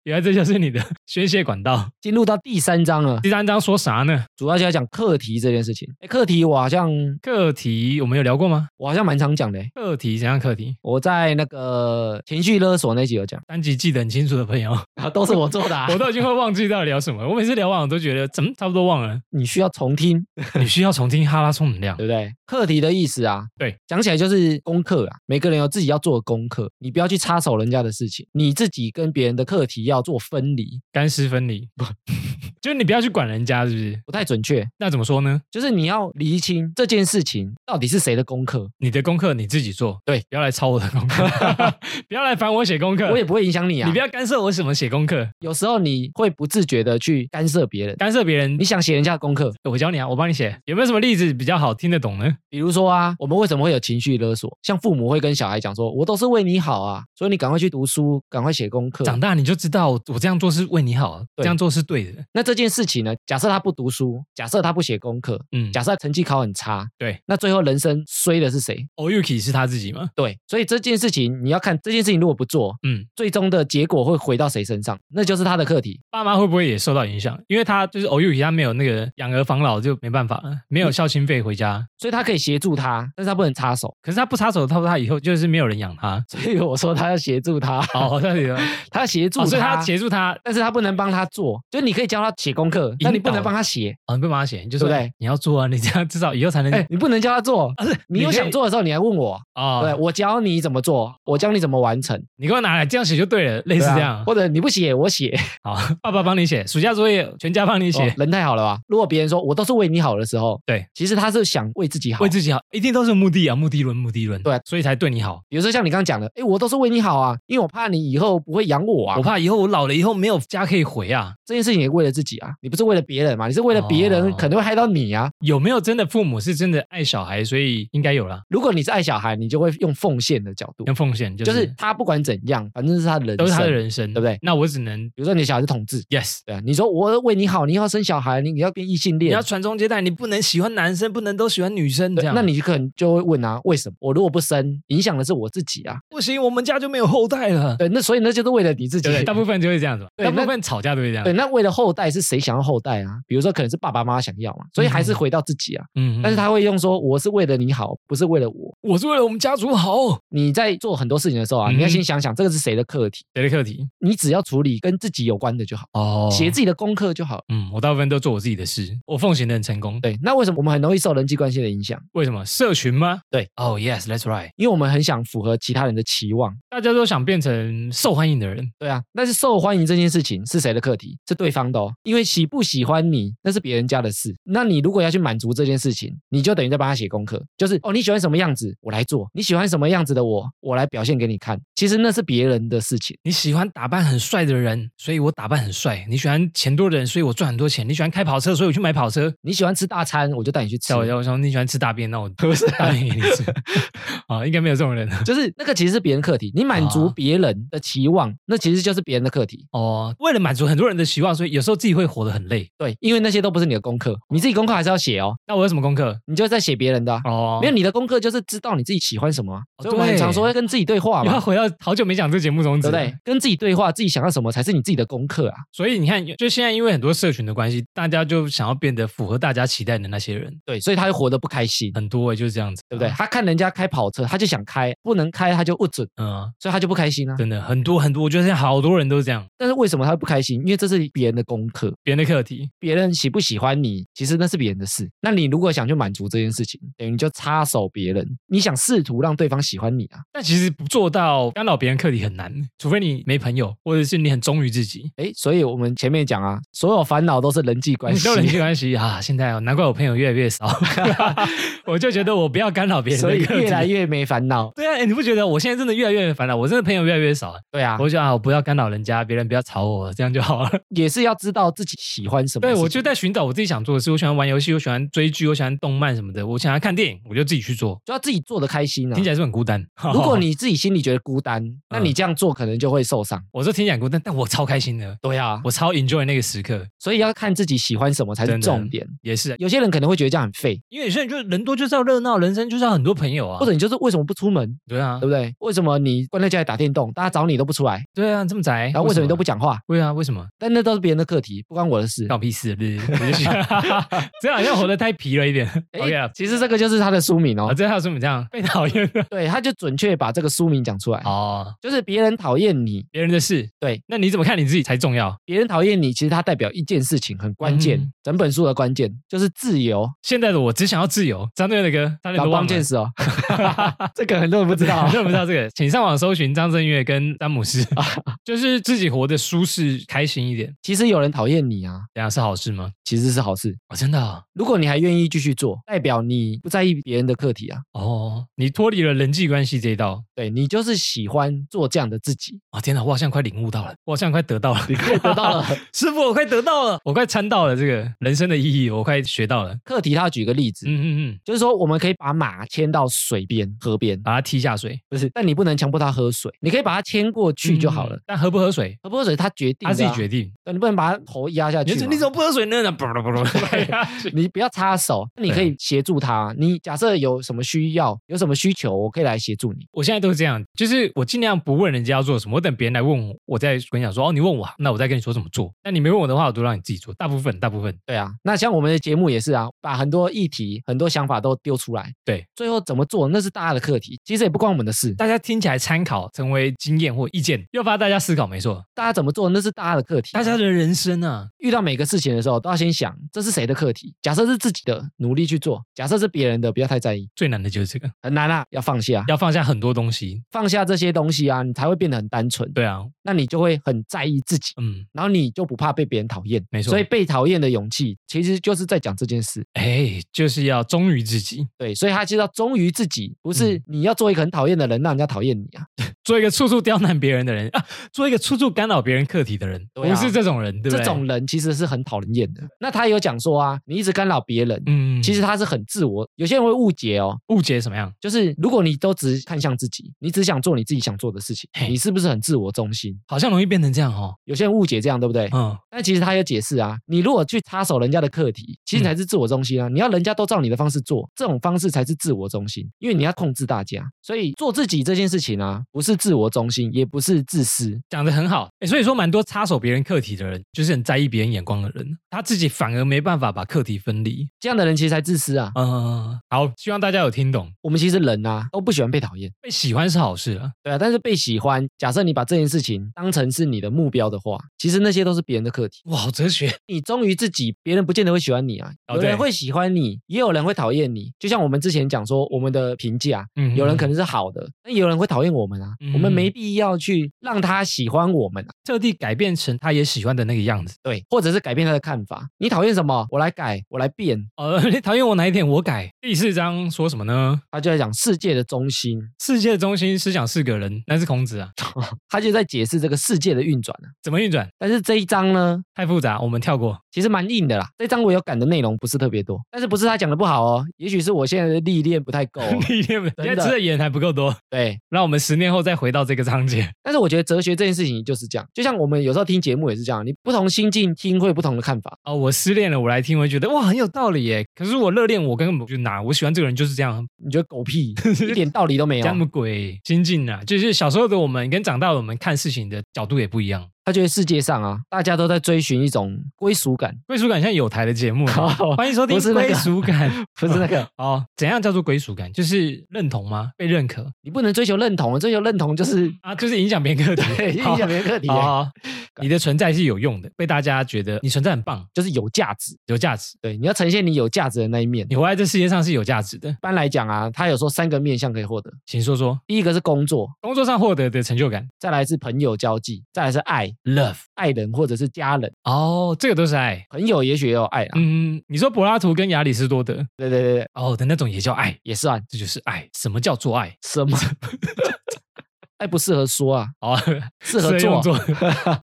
A: 原来这就是你的宣泄管道。
B: 进入到第三章了，
A: 第三章说啥呢？
B: 主要就要讲课题这件事情。哎，课题我好像
A: 课题我们有聊过吗？
B: 我好像蛮常讲的，
A: 课题怎样？课题
B: 我在那个情绪勒索那集有讲，
A: 单集记得很清楚的朋友，
B: 啊，都是我做的、啊
A: 我都已经会忘记到底聊什么。我每次聊完我都觉得怎么差不多忘了。
B: 你需要重听，
A: 你需要重听哈拉充能量
B: 对不对？课题的意思啊，
A: 对，
B: 讲起来就是功课啊，每个人有自己要做的功课，你不要去插手人家的事情，你自己跟别人的课题要做分离，
A: 干湿分离， 就是你不要去管人家，是不是？
B: 不太准确。
A: 那怎么说呢？
B: 就是你要厘清这件事情到底是谁的功课，
A: 你的功课你自己做，
B: 对，
A: 不要来抄我的 功课，不要来烦我写功课，
B: 我也不会影响你啊。
A: 你不要干涉我怎么写功课，
B: 有时候你会不自觉的去干涉别人，
A: 干涉别人
B: 你。想写人家的功课，
A: 我教你啊，我帮你写，有没有什么例子比较好听得懂呢？
B: 比如说啊，我们为什么会有情绪勒索？像父母会跟小孩讲说，我都是为你好啊，所以你赶快去读书，赶快写功课。
A: 长大你就知道，我我这样做是为你好，这
B: 对
A: 样做是对的。
B: 那这件事情呢？假设他不读书，假设他不写功课，
A: 嗯
B: 假设成绩考很差，
A: 对，
B: 那最后人生衰的是谁？
A: ，Oyuki 是他自己吗？
B: 对，所以这件事情你要看，这件事情如果不做，
A: 嗯，
B: 最终的结果会回到谁身上？那就是他的课题。
A: 爸妈会不会也受到影响？因为他就是 Oyuki，他没有那个养儿防老就没办法了，
B: 嗯
A: 没有孝心费回家。
B: 所以他可以协助他，但是他不能插手。
A: 可是他不插手，他说他以后就是没有人养他。
B: 所以我说他要协助他，
A: 哦，那 你的，
B: 他协助
A: 哦
B: 他，
A: 所以他协助他，
B: 但是他不能帮他做，就你可以教他写功课，但你不能帮他写。
A: 哦，你不帮他写，你就说
B: 对不对
A: 你要做啊，你这样至少以后才能
B: 哎、你不能教他做，你有
A: 可以
B: 想做的时候你来问我，
A: 哦，
B: 对我教你怎么做，我教你怎么完成，
A: 你给我拿来这样写就对了，类
B: 对
A: 似
B: 啊
A: 这样。
B: 或者你不写我写，
A: 好，爸爸帮你写，暑假作业全家帮你
B: 哦
A: 写，
B: 人太好了吧？如果别人说我都是为你好的时候，
A: 对，
B: 其实他是想为自己好
A: 为。自己好，一定都是有目的啊，目的论，目的论，
B: 对啊
A: 所以才对你好。
B: 比如说像你刚刚讲的，哎，我都是为你好啊，因为我怕你以后不会养我啊。
A: 我怕以后我老了以后没有家可以回啊，
B: 这件事情也为了自己啊，你不是为了别人嘛？你是为了别人
A: 哦
B: 可能会害到你啊。
A: 有没有真的父母是真的爱小孩，所以应该有啦，
B: 如果你是爱小孩，你就会用奉献的角度，
A: 跟奉献就是、
B: 就是他不管怎样，反正是他的人，
A: 都是他的。人生，
B: 对不对
A: 那我只能
B: 比如说你的小孩是同志，
A: yes。
B: 对啊，你说我为你好，你以后生小孩，你你要变异性
A: 你
B: 恋
A: 要，传宗接代，你不能喜欢男生，不能都喜欢女生，这
B: 对
A: 样。啊
B: 那你可能就会问啊，为什么我如果不生，影响的是我自己啊？
A: 不行，我们家就没有后代了。
B: 对，那所以那就是为了你自己
A: 对不。对，大部分就会这样子嘛，
B: 对
A: 大部
B: 那
A: 分吵架都会这样。
B: 对，那为了后代是谁想要后代啊？比如说可能是爸爸妈妈想要嘛，所以还是回到自己啊。
A: 嗯，嗯
B: 但是他会用说我是为了你好，不是为了我。
A: 我是为了我们家族好，
B: 你在做很多事情的时候啊，你要
A: 嗯
B: 先想想这个是谁的课题，
A: 谁的课题？
B: 你只要处理跟自己有关的就好，
A: 哦
B: 写自己的功课就好。
A: 嗯，我大部分都做我自己的事，我奉行的很成功。
B: 对，那为什么我们很容易受人际关系的影响？
A: 为什么？社群吗？
B: 对。
A: 哦、y e s that's right。
B: 因为我们很想符合其他人的期望。
A: 大家都想变成受欢迎的人，
B: 对啊，但是受欢迎这件事情是谁的课题？是对方的哦。因为喜不喜欢你那是别人家的事。那你如果要去满足这件事情，你就等于在帮他写功课，就是哦你喜欢什么样子，我来做；你喜欢什么样子的我，我来表现给你看。其实那是别人的事情。
A: 你喜欢打扮很帅的人，所以我打扮很帅；你喜欢钱多的人，所以我赚很多钱；你喜欢开跑车，所以我去买跑车。
B: 你喜欢吃大餐，我就带你去吃
A: 小。我说你喜欢吃大便，那我不是大便给你 吃啊，应该没有这种人
B: 就是那个其实是别人课题，你满足
A: 啊
B: 别人的期望，那其实就是别人的课题。
A: 哦。为了满足很多人的期望，所以有时候自己会活得很累。
B: 对，因为那些都不是你的功课，你自己功课还是要写哦，
A: 那我有什么功课？
B: 你就在写别人的、啊。
A: 哦，
B: 没有，你的功课就是知道你自己喜欢什么啊、
A: 哦
B: 所以我们很
A: 对
B: 常说要跟自己对话
A: 又要
B: 嘛，
A: 回到好久没讲这节目宗
B: 对
A: 旨
B: 不
A: 了，
B: 对？跟自己对话，自己想要什么才是你自己的功课啊。
A: 所以你看，就现在因为很多社群的关系，大家就想要变得符合大家期待的那些人，
B: 对，所以他就活得不开心，
A: 很多欸就是这样子，
B: 对不对？？他看人家开跑车，他就想开，不能开他就不准，
A: 嗯，
B: 所以他就不开心啊。
A: 真的很多很多，我觉得现在好多人都是这样，
B: 但是为什么他会不开心？因为这是别人的功课，
A: 别人的课题。
B: 别人喜不喜欢你，其实那是别人的事。那你如果想去满足这件事情，等于你就插手别人，你想试图让对方喜欢你啊。
A: 但其实不做到干扰别人课题很难，除非你没朋友，或者是你很忠于自己。
B: 诶，所以我们前面讲啊，所有烦恼都是人际关
A: 你
B: 系
A: 都。人际关系啊，现在哦，难怪我朋友越来越 少，我就觉得我不要干扰别人
B: 所以
A: 的课题。
B: 越来越没烦恼，
A: 对啊，诶你不觉得我现在真的越来越烦恼？我真的朋友越来越少，
B: 对啊，
A: 我就觉得啊，我不要干扰人家，别人不要吵我，这样就好了。
B: 也是要知道自己喜欢什么事
A: 对，
B: 情。
A: 我就在寻找我自己想做的事。我喜欢玩游戏，我喜欢追剧，我喜欢动漫什么的。我想要看电影，我就自己去做。
B: 就要自己做的开心啊
A: 听。起来是很孤单。
B: 如果你自己心里觉得孤单，那你
A: 嗯
B: 这样做可能就会受伤。
A: 我说听起来很孤单，但我超开心的，
B: 对啊，
A: 我超 enjoy 那个时刻。
B: 所以要看自己喜欢什么才是
A: 真的
B: 重点。
A: 也是，啊
B: 有些人可能会觉得这样很废，
A: 因为有些人就是人多就是要热闹，人生就是要很多朋友啊。
B: 或者你就是为什么不出门，
A: 对啊
B: 对，不对？为什么你关在家里打电动，大家找你都不出来，
A: 对啊，这么宅，
B: 然后为什么你都不？讲话？
A: 对啊，为什么？
B: 但那都是别人的课题，不关我的事
A: 干。我屁事！不是，我就喜欢这样好像活得太皮了一点。
B: 诶
A: OK 啊，
B: 其实这个就是他的书名
A: 啊，
B: 哦，
A: 这还有什么这样被讨厌的？
B: 对，他就准确把这个书名讲出来，
A: 哦，
B: 就是别人讨厌你，
A: 别人的事，
B: 对，
A: 那你怎么看你自己才重要？
B: 别人讨厌你，其实它代表一件事情很关键，
A: 嗯
B: 整本书的关键就是自由。
A: 现在的我只想要自由。张震岳的歌，张震岳
B: 老
A: 都忘
B: 帮
A: 了
B: 见。识 哦，这个很多人不知
A: 很
B: 道 啊
A: 多。人不知道这个，请上网搜寻张震岳跟詹姆斯， 就是自己活得舒适、开心一点，
B: 其实有人讨厌你啊，
A: 这样是好事吗？
B: 其实是好事。
A: 哦，真的啊
B: 如果你还愿意继续做，代表你不在意别人的课题啊。
A: 哦，你脱离了人际关系这一道。
B: 对你就是喜欢做这样的自己，
A: 哦，天哪，我好像快领悟到了，我好像快得到了，你
B: 快得到了，
A: 师傅，我快得到了，我快参到了这个人生的意义，我快学到了。
B: 课题。他要举个例子，
A: 嗯嗯嗯，
B: 就是说我们可以把马牵到水边、河边，
A: 把它踢下水
B: 不是，但你不能强迫它喝水，你可以把它牵过去就好了。
A: 嗯但喝不喝水，
B: 喝不喝水，它决定、啊
A: 他自己决，定。啊
B: 对你不能把它头压下去
A: 你
B: 嘛。
A: 怎你怎么不喝水呢？那不不不不 不，
B: 你不要插手，你可以协助他。啊你假设有什么需要、有什么需求，我可以来协助你。
A: 我现在都是这样，就是我尽量不问人家要做什么，我等别人来问我，我再跟你讲说，哦，你问我，那我再跟你说怎么做。那你没问我的话，我都让你自己做，大部分大部分。
B: 对啊，那像我们的节目也是啊，把很多议题、很多想法都丢出来。
A: 对，
B: 最后怎么做那是大家的课题，其实也不关我们的事。
A: 大家听起来参考，成为经验或意见，诱发大家思考，没错，
B: 大家怎么做那是大家的课题。
A: 大家的人生啊，
B: 遇到每个事情的时候，都要先想这是谁的课题。假设是自己的，努力去做；假设是别人的，不要太在意，
A: 最难的就是这个，
B: 很难啊，要放下，
A: 要放下很多东西。
B: 放下这些东西啊，你才会变得很单纯。
A: 对啊，
B: 那你就会很在意自己。
A: 嗯，
B: 然后你就不怕被别人讨厌，
A: 没错
B: 所以被讨厌的勇气其实就是在讲这件事。
A: 哎，就是要忠于自己，
B: 对，所以他知道忠于自己，不是
A: 嗯
B: 你要做一个很讨厌的人，让人家讨厌你啊。
A: 做一个处处刁难别人的人啊，做一个处处干扰别人课题的人，
B: 对啊
A: 不是这种人，对不对？
B: 这种，人其实是很讨人厌的。那他有讲说啊，你一直干扰别人，
A: 嗯，
B: 其实他是很自我。有些人会误解哦，
A: 误解什么样？
B: 就是如果你都只看向自己，你只想做你自己想做的事情，
A: 嘿
B: 你是不是很自我中心？
A: 好像容易变成这样哦，
B: 有些人误解这样，对不对？
A: 嗯，
B: 但其实他有解释啊，你如果去插手人家的课题，其实才是自我中心
A: 嗯
B: 啊！你要人家都照你的方式做，这种方式才是自我中心，因为你要控制大家。所以做自己这件事情啊，不是自我中心，也不是自私。
A: 讲得很好，诶所以说蛮多插手别人课题的人，就是很在意别人眼光的人，他自己反而没办法把课题分离。
B: 这样的人其实才自私啊！
A: 嗯，好，希望大家有听懂，
B: 我们其实人啊，都不喜欢被讨厌，
A: 被喜欢是好事啊，
B: 对啊。但是被喜欢，假设你把这件事情情当成是你的目标的话，其实那些都是别人的课题。
A: 哇，好哲学，
B: 你忠于自己，别人不见得会喜欢你啊。
A: 哦
B: 有人
A: 对
B: 会喜欢你，也有人会讨厌你。就像我们之前讲说，我们的评价，
A: 嗯
B: 有人可能是好的，那有人会讨厌我们啊。我们没必要去让他喜欢我们啊。
A: 特地改变成他也喜欢的那个样子。
B: 对，或者是改变他的看法。你讨厌什么，我来改，我来变。
A: 呃， 你讨厌我哪一点，我改。第四章说什么呢？
B: 他就在讲世界的中心，
A: 世界的中心思想是个人，那是孔子啊。
B: 他就在解释这个世界的运转啊。
A: 怎么运转？
B: 但是这一章呢，
A: 太复杂，我们跳过。。
B: 其实蛮硬的啦。这章我有感的内容不是特别多，但是不是他讲的不好哦，也许是我现在的历练不太够、哦
A: 你现在
B: 真的
A: 吃的盐还不够多，
B: 对，
A: 让我们十年后再回到这个章节。
B: 但是我觉得哲学这件事情就是这样，就像我们有时候听节目也是这样，你不同心境听会有不同的看法。
A: 哦，我失恋了，我来听，我会觉得哇很有道理耶。可是我热恋，我根本就哪，我喜欢这个人就是这样，
B: 你觉得 狗屁，一点道理都没有
A: 讲什。么鬼心境啊？就是小时候的我们跟长大的我们看事情的角度也不一样。
B: 他觉得世界上啊，大家都在追寻一种归属感，
A: 归属感像有台的节目啊，欢迎收听
B: 不是那个
A: 归属感。
B: 不是 那个，
A: 哦，怎样叫做归属感？就是认同吗？被认可
B: 你不能追求认同，追求认同就是
A: 啊，就是影响别人课题，
B: 对影响别人课题啊
A: 好。好好你的存在是有用的，被大家觉得你存在很棒，
B: 就是有价值。
A: 有价值，
B: 对，你要呈现你有价值的那一面。
A: 你活在这世界上是有价值的
B: 一。般来讲啊，他有说三个面向可以获得，
A: 请说说
B: 第一个是工作，
A: 工作上获得的成就感
B: 再来是朋友交际，再来是爱，
A: ，love。
B: 爱人或者是家人，
A: 哦，这个都是爱。
B: 朋友也许也有爱啊。
A: 嗯，你说柏拉图跟亚里士多德
B: 对对对对，
A: 哦的那种也叫爱，
B: 也算
A: 这就是爱。什么叫做爱？
B: 什么？ 爱不适合说啊，
A: 哦，
B: 适合
A: 所以
B: 做
A: 用做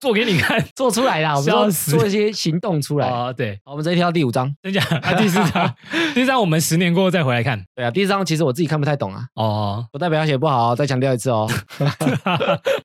A: 做给你看。
B: 做出来啦，我们
A: 笑
B: 说
A: 死
B: 做一些行动出来。好，
A: 哦， 对，
B: 我们这一条第五章，
A: 真假？啊，第四章， 第四章我们十年过后再回来看。
B: 对啊，第四章其实我自己看不太懂啊，
A: 哦，
B: 不代表他写不好哦，再强调一 次哦，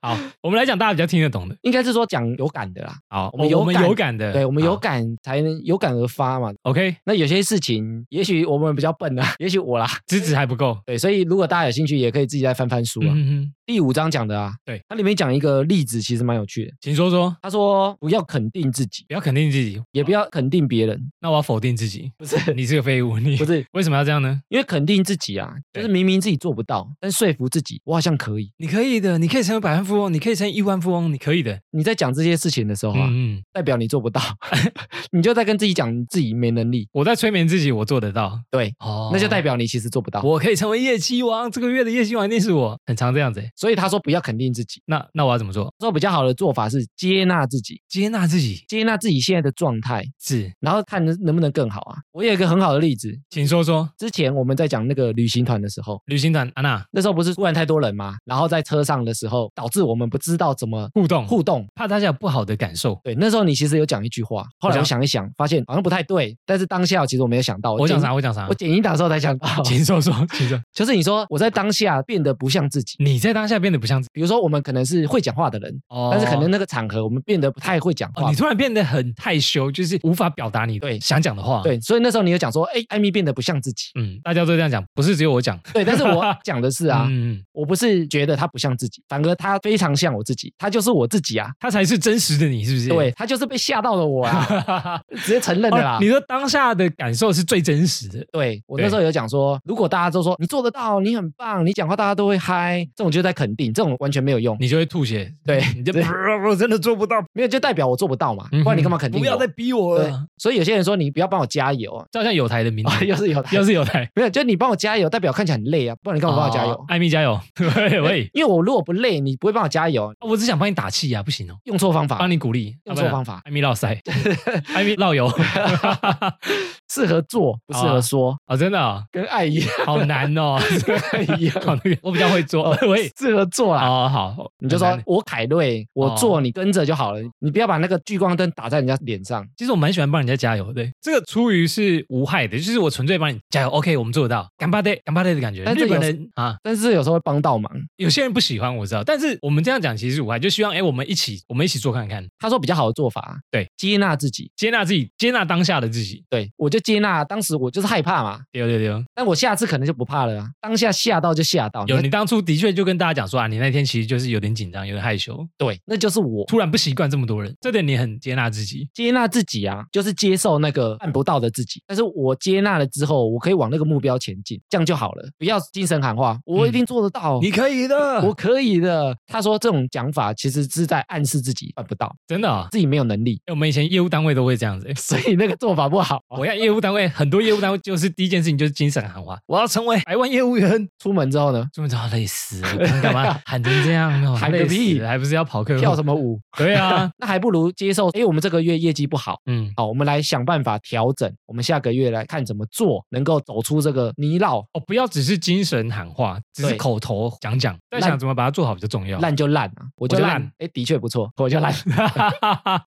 A: 好，我们来讲大家比较听得懂的。
B: 应该是说讲有感的啦，
A: 好，
B: 我们有
A: 我们
B: 感
A: 哦有感的，
B: 对我们有
A: 好。
B: 感才能有感而发嘛。
A: OK，
B: 那有些事情，也许我们比较笨啊，也许我啦，
A: 资质还不 够。
B: 对，所以如果大家有兴趣，也可以自己再翻翻书啊。
A: 嗯嗯，
B: 第五章讲的啊，
A: 对，
B: 它里面讲一个例子，其实蛮有趣的。
A: 请说说，
B: 他说不要肯定自己，
A: 不要肯定自己，
B: 也不要肯定别人，
A: 那我要否定自己，
B: 不是
A: 你是个废物，你
B: 不是，
A: 为什么要这样呢？
B: 因为肯定自己啊，就是
A: 对
B: 明明自己做不到，但说服自己我好像可以。
A: 你可以的，你可以成为百万富翁，你可以成为亿万富翁，你可以的。
B: 你在讲这些事情的时候啊，
A: 嗯嗯，
B: 代表你做不到， 你就在跟自己讲你自己没能力，
A: 我在催眠自己，我做得到。
B: 对，
A: 哦
B: 那就代表你其实做不到。
A: 我可以成为业绩王，这个月的业绩王一定是我，很常这样子欸。
B: 所以他说不要肯定自己，
A: 那那我要怎么做？
B: 说比较好的做法是接纳自己，
A: 接纳自己
B: 接纳自己现在的状态，
A: 是，
B: 然后看能能不能更好啊。我有一个很好的例子，
A: 请说说。
B: 之前我们在讲那个旅行团的时候。
A: 旅行团安娜
B: 那时候不是突然太多人吗？然后在车上的时候，导致我们不知道怎么
A: 互动，
B: 互动。
A: 怕大家有不好的感受。
B: 对，那时候你其实有讲一句话，后来
A: 我
B: 我
A: 讲
B: 想一想，发现好像不太对。但是当下其实我没有想到，
A: 我讲
B: 剪
A: 啥？？我讲啥
B: 哦我？剪音档的时候才想到，
A: 请说说，请说。
B: 就是你说我在当下变得不像自己。
A: 你在当下变得不像自己，
B: 比如说，我们可能是会讲话的人，
A: 哦
B: 但是可能那个场合我们变得不太会讲
A: 哦
B: 话
A: 你。突然变得很害羞，就是无法表达你
B: 对
A: 想讲的话。，
B: 对，所以那时候你有讲说，哎，艾米变得不像自己。
A: 嗯，大家都这样讲，不是只有我讲。
B: 对，但 是我讲的是啊，
A: 嗯，嗯
B: 我不是觉得他不像自己，反而他非常像我自己，他就是我自己啊。
A: 他才是真实的你，是不是？
B: 对，他就是被吓到了我啊，
A: 哦。
B: 直接承认的啦
A: 你。的当下的感受是最真实的。
B: 对我
A: 对
B: 那时候有讲说，如果大家都说你做得到，你很棒，你讲话大家都会嗨，这种就在肯定，这种完全没有用，
A: 你就会吐血，
B: 对
A: 你就
B: 对
A: 我真的做不到，
B: 没有就代表我做不到嘛，
A: 嗯哼
B: 不然你干嘛肯定我？
A: 不要再逼我
B: 对
A: 了。，
B: 所以有些人说你不要帮我加油啊，
A: 就好像有台的名
B: 啊
A: 字，
B: 又是有
A: 要
B: 台，
A: 是有台，
B: 没有，就你帮我加油，代表看起来很累啊，不然你干嘛帮我加油
A: 哦？艾米加 油，喂喂，
B: 因为我如果不累，你不会帮我加油，
A: 我只想帮你打气呀，不行哦，
B: 用错方法
A: 帮，你鼓励，
B: 用
A: 啊不
B: 错
A: 然
B: 方法，
A: 艾米绕 塞，艾米绕油，
B: 适合做不适合说，
A: 哦，真的哦，
B: 跟爱一样，
A: 好难 哦，
B: 一样
A: 好那个我比较会做，喂，
B: 适合做啦。
A: 哎哦好，
B: 哦你就
A: 很
B: 说
A: 难
B: 我凯瑞，我做
A: 哦
B: 你跟着就好了，你不要把那个聚光灯打在人家脸上。
A: 其实我蛮喜欢帮人家加油，对，这个出于是无害的，就是我纯粹帮你加油，OK，我们做得到，干巴爹，干巴爹的感觉。
B: 但是
A: 日本
B: 有
A: 人啊，
B: 但是有时候会帮到忙。
A: 有些人不喜欢，我知道，但是我们这样讲其实是无害，就希望哎，我们一起，我们一起做看看，
B: 他说比较好的做法，
A: 对，
B: 接纳自己。
A: 接纳自己，接纳当下的自己。
B: 对我就接纳。当时我就是害怕嘛，
A: 对对对，
B: 但我下次可能就不怕了、啊。当下吓到就吓到，
A: 有
B: 那
A: 你当初的确就跟大家讲说啊，你那天其实就是有点紧张，有点害羞，
B: 对，那就是我
A: 突然不习惯这么多人，这点你很接纳自己。
B: 接纳自己啊，就是接受那个办不到的自己。但是我接纳了之后，我可以往那个目标前进，这样就好了，不要精神喊
A: 嗯
B: 话，我一定做得到。
A: 可以的
B: 我
A: 我
B: 可以的，他说这种讲法其实是在暗示自己办不到，
A: 真的啊、
B: 自己没有能力，
A: 欸我们以前业务单位都会这样子、欸
B: 所以那个做法不好。
A: 我要业务单位，很多业务单位就是第一件事情就是精神喊话，我要成为百万业务员。
B: 出门之后呢，
A: 这么早累死了，刚干 嘛喊成这样？哦
B: 喊个
A: 累死
B: 屁
A: 了还不是要跑客户？
B: 跳什么舞？
A: 对啊，
B: 那还不如接受，哎，我们这个月业绩不好，
A: 嗯，
B: 好，我们来想办法调整，我们下个月来看怎么做能够走出这个泥淖，
A: 哦，不要只是精神喊话，只是
B: 对
A: 口头讲讲，但
B: 烂
A: 想怎么把它做好比较重要。
B: 烂就烂啊，我就
A: 我就
B: 烂
A: 烂，
B: 哎，的确不错，我就烂。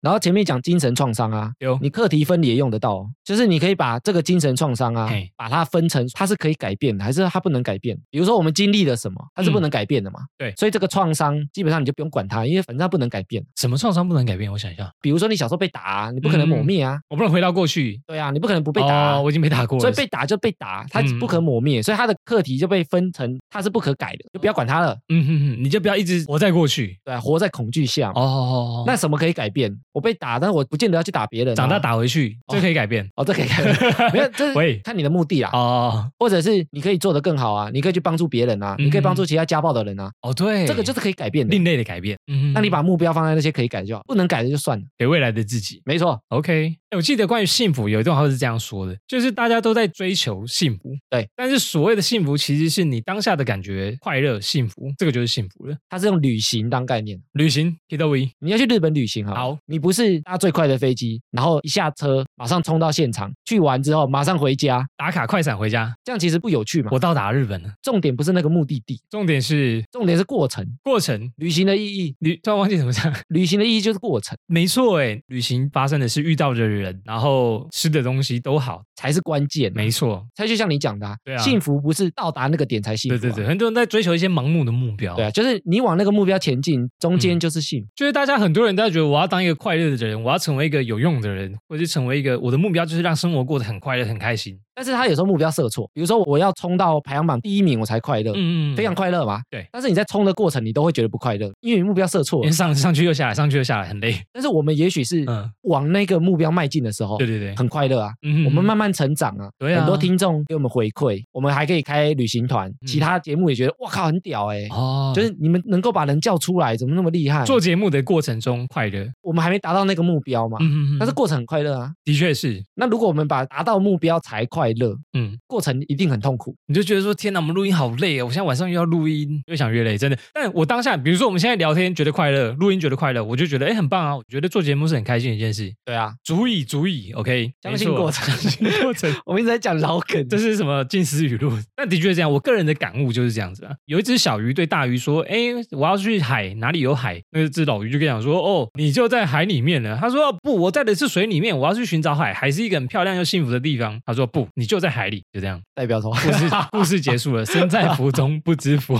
B: 然后前面讲精神创伤啊，
A: 有
B: 你课题分离也用得到、哦，就是你可以把这个精神创伤啊
A: 嘿，
B: 把它分成它是可以改变的，还是它不能改变。比如说我们经历了什么，它是不能改变的嘛。
A: 对
B: 所以这个创伤基本上你就不用管它，因为反正它不能改变。
A: 什么创伤不能改变？我想一下，
B: 比如说你小时候被打啊、你不可能抹灭啊，
A: 我不能回到过去，
B: 对啊，你不可能不被打啊、
A: 哦我已经被打过了，
B: 所以被打就被打，它
A: 嗯
B: 不可抹灭，所以它的课题就被分成它是不可改的，就不要管它了，
A: 嗯哼哼，你就不要一直活在过去。
B: 对、啊，活在恐惧下嘛。
A: 哦，
B: 那什么可以改变？我被打，但是我不见得要去打别人啊、
A: 长大打回去，这可以改 变。
B: 哦，这可以改变，没有，这
A: 喂
B: 是看你的目的啊。
A: 哦
B: 或者是你可以做得更好啊，你可以去帮助别人啊，你可以帮助其他家暴的人啊，
A: 哦，对，
B: 这个就是可以改变的
A: 嗯另。类的改变。嗯哼，
B: 那你把目标放在那些可以改的就好，不能改的就算了。
A: 给未来的自己。
B: 没错，
A: OK，欸我记得关于幸福有一段话是这样说的，就是大家都在追求幸福，
B: 对，
A: 但是所谓的幸福其实是你当下的感觉快乐、幸福，这个就是幸福了。
B: 它是用旅行当概念。
A: 旅行 k i d o i
B: 你要去日本旅行哈，
A: 好，
B: 你不是搭最快的飞机，然后一下车马上冲到现场，去完之后马上回家，
A: 打卡快闪回家，
B: 这样其实不有趣嘛。
A: 我到达日本了。
B: 重点不是那个目的地，
A: 重点是
B: 重点是过程。
A: 过程，
B: 旅行的意义，
A: 旅突然忘记怎么讲，
B: 旅行的意义就是过程
A: 没错哎，旅行发生的是遇到的人，然后吃的东西都好，
B: 才是关键、
A: 没，错，
B: 才就像你讲的、啊，
A: 对啊
B: 幸福不是到达那个点才幸福、
A: 对
B: 啊，
A: 对对，很多人在追求一些盲目的目标，
B: 对啊，就是你往那个目标前进，中
A: 嗯
B: 间就是幸福。
A: 就是大家很多人都在觉得我要当一个快乐的人，我要成为一个有用的人，或者是成为一个我的目标就是让生活过得很快乐、很开心。
B: 但是他有时候目标设错，比如说我要冲到排行榜第一名我才快乐，
A: 嗯
B: 非常快乐嘛。
A: 对
B: 但是你在冲的过程，你都会觉得不快乐，因为你目标设错
A: 因为
B: 了。
A: 上上去又下来，上去又下来，很累。
B: 但是我们也许是
A: 嗯，
B: 往那个目标迈进的时候，
A: 对对对，
B: 很快乐啊。
A: 嗯
B: 我们慢慢成长啊，
A: 对啊
B: 很多听众给我们回馈，我们还可以开旅行团，其他节目也觉得哇靠很屌哎、
A: 嗯哦，
B: 就
A: 就是
B: 是你们能够把人叫出来，怎么那么厉害？
A: 做节目的过程中快乐。
B: 我们还没达到那个目标嘛，
A: 嗯
B: 但是过程很快乐啊。
A: 的确是，
B: 那如果我们把达到目标才快乐，
A: 嗯，
B: 过程一定很痛苦。
A: 你就觉得说天哪，我们录音好累啊！我现在晚上又要录音，越想越累，真的。但我当下，比如说我们现在聊天觉得快乐，录音觉得快乐，我就觉得哎很棒啊！我觉得做节目是很开心的一件事，
B: 对啊，
A: 足以足以，OK，
B: 相信
A: 没错
B: 过程
A: 相信过 程。
B: 我们一直在讲老梗，
A: 这是什么近似语录？但的确是这样，我个人的感悟就是这样子啊。有一只小鱼对大鱼说：“哎，我要去海，哪里有海？”那只老鱼就跟他讲说：“哦，你就在海里面了。”他说：“哦不，我在的是水里面，我要去寻找海，海是一个很漂亮又幸福的地方。”他说：“不，你就在海里。”就这样，
B: 代表什么？
A: 故 事故事结束了，身在福中不知 福，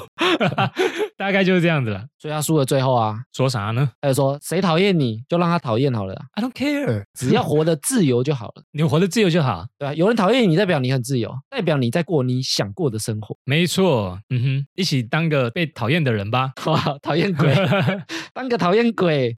A: 大概就是这样子了。
B: 所以他输了最后啊，
A: 说啥呢
B: 他就说谁讨厌你就让他讨厌好 了啊，
A: ？I don't care，
B: 只要活得自由就好了，
A: 你活得自由就好。
B: 对吧、啊有人讨厌你，代表你很自由，代表你在过你想过的生活。
A: 没错，嗯哼，一起当个被讨厌的人吧。
B: 哇，讨厌鬼，当个讨厌鬼。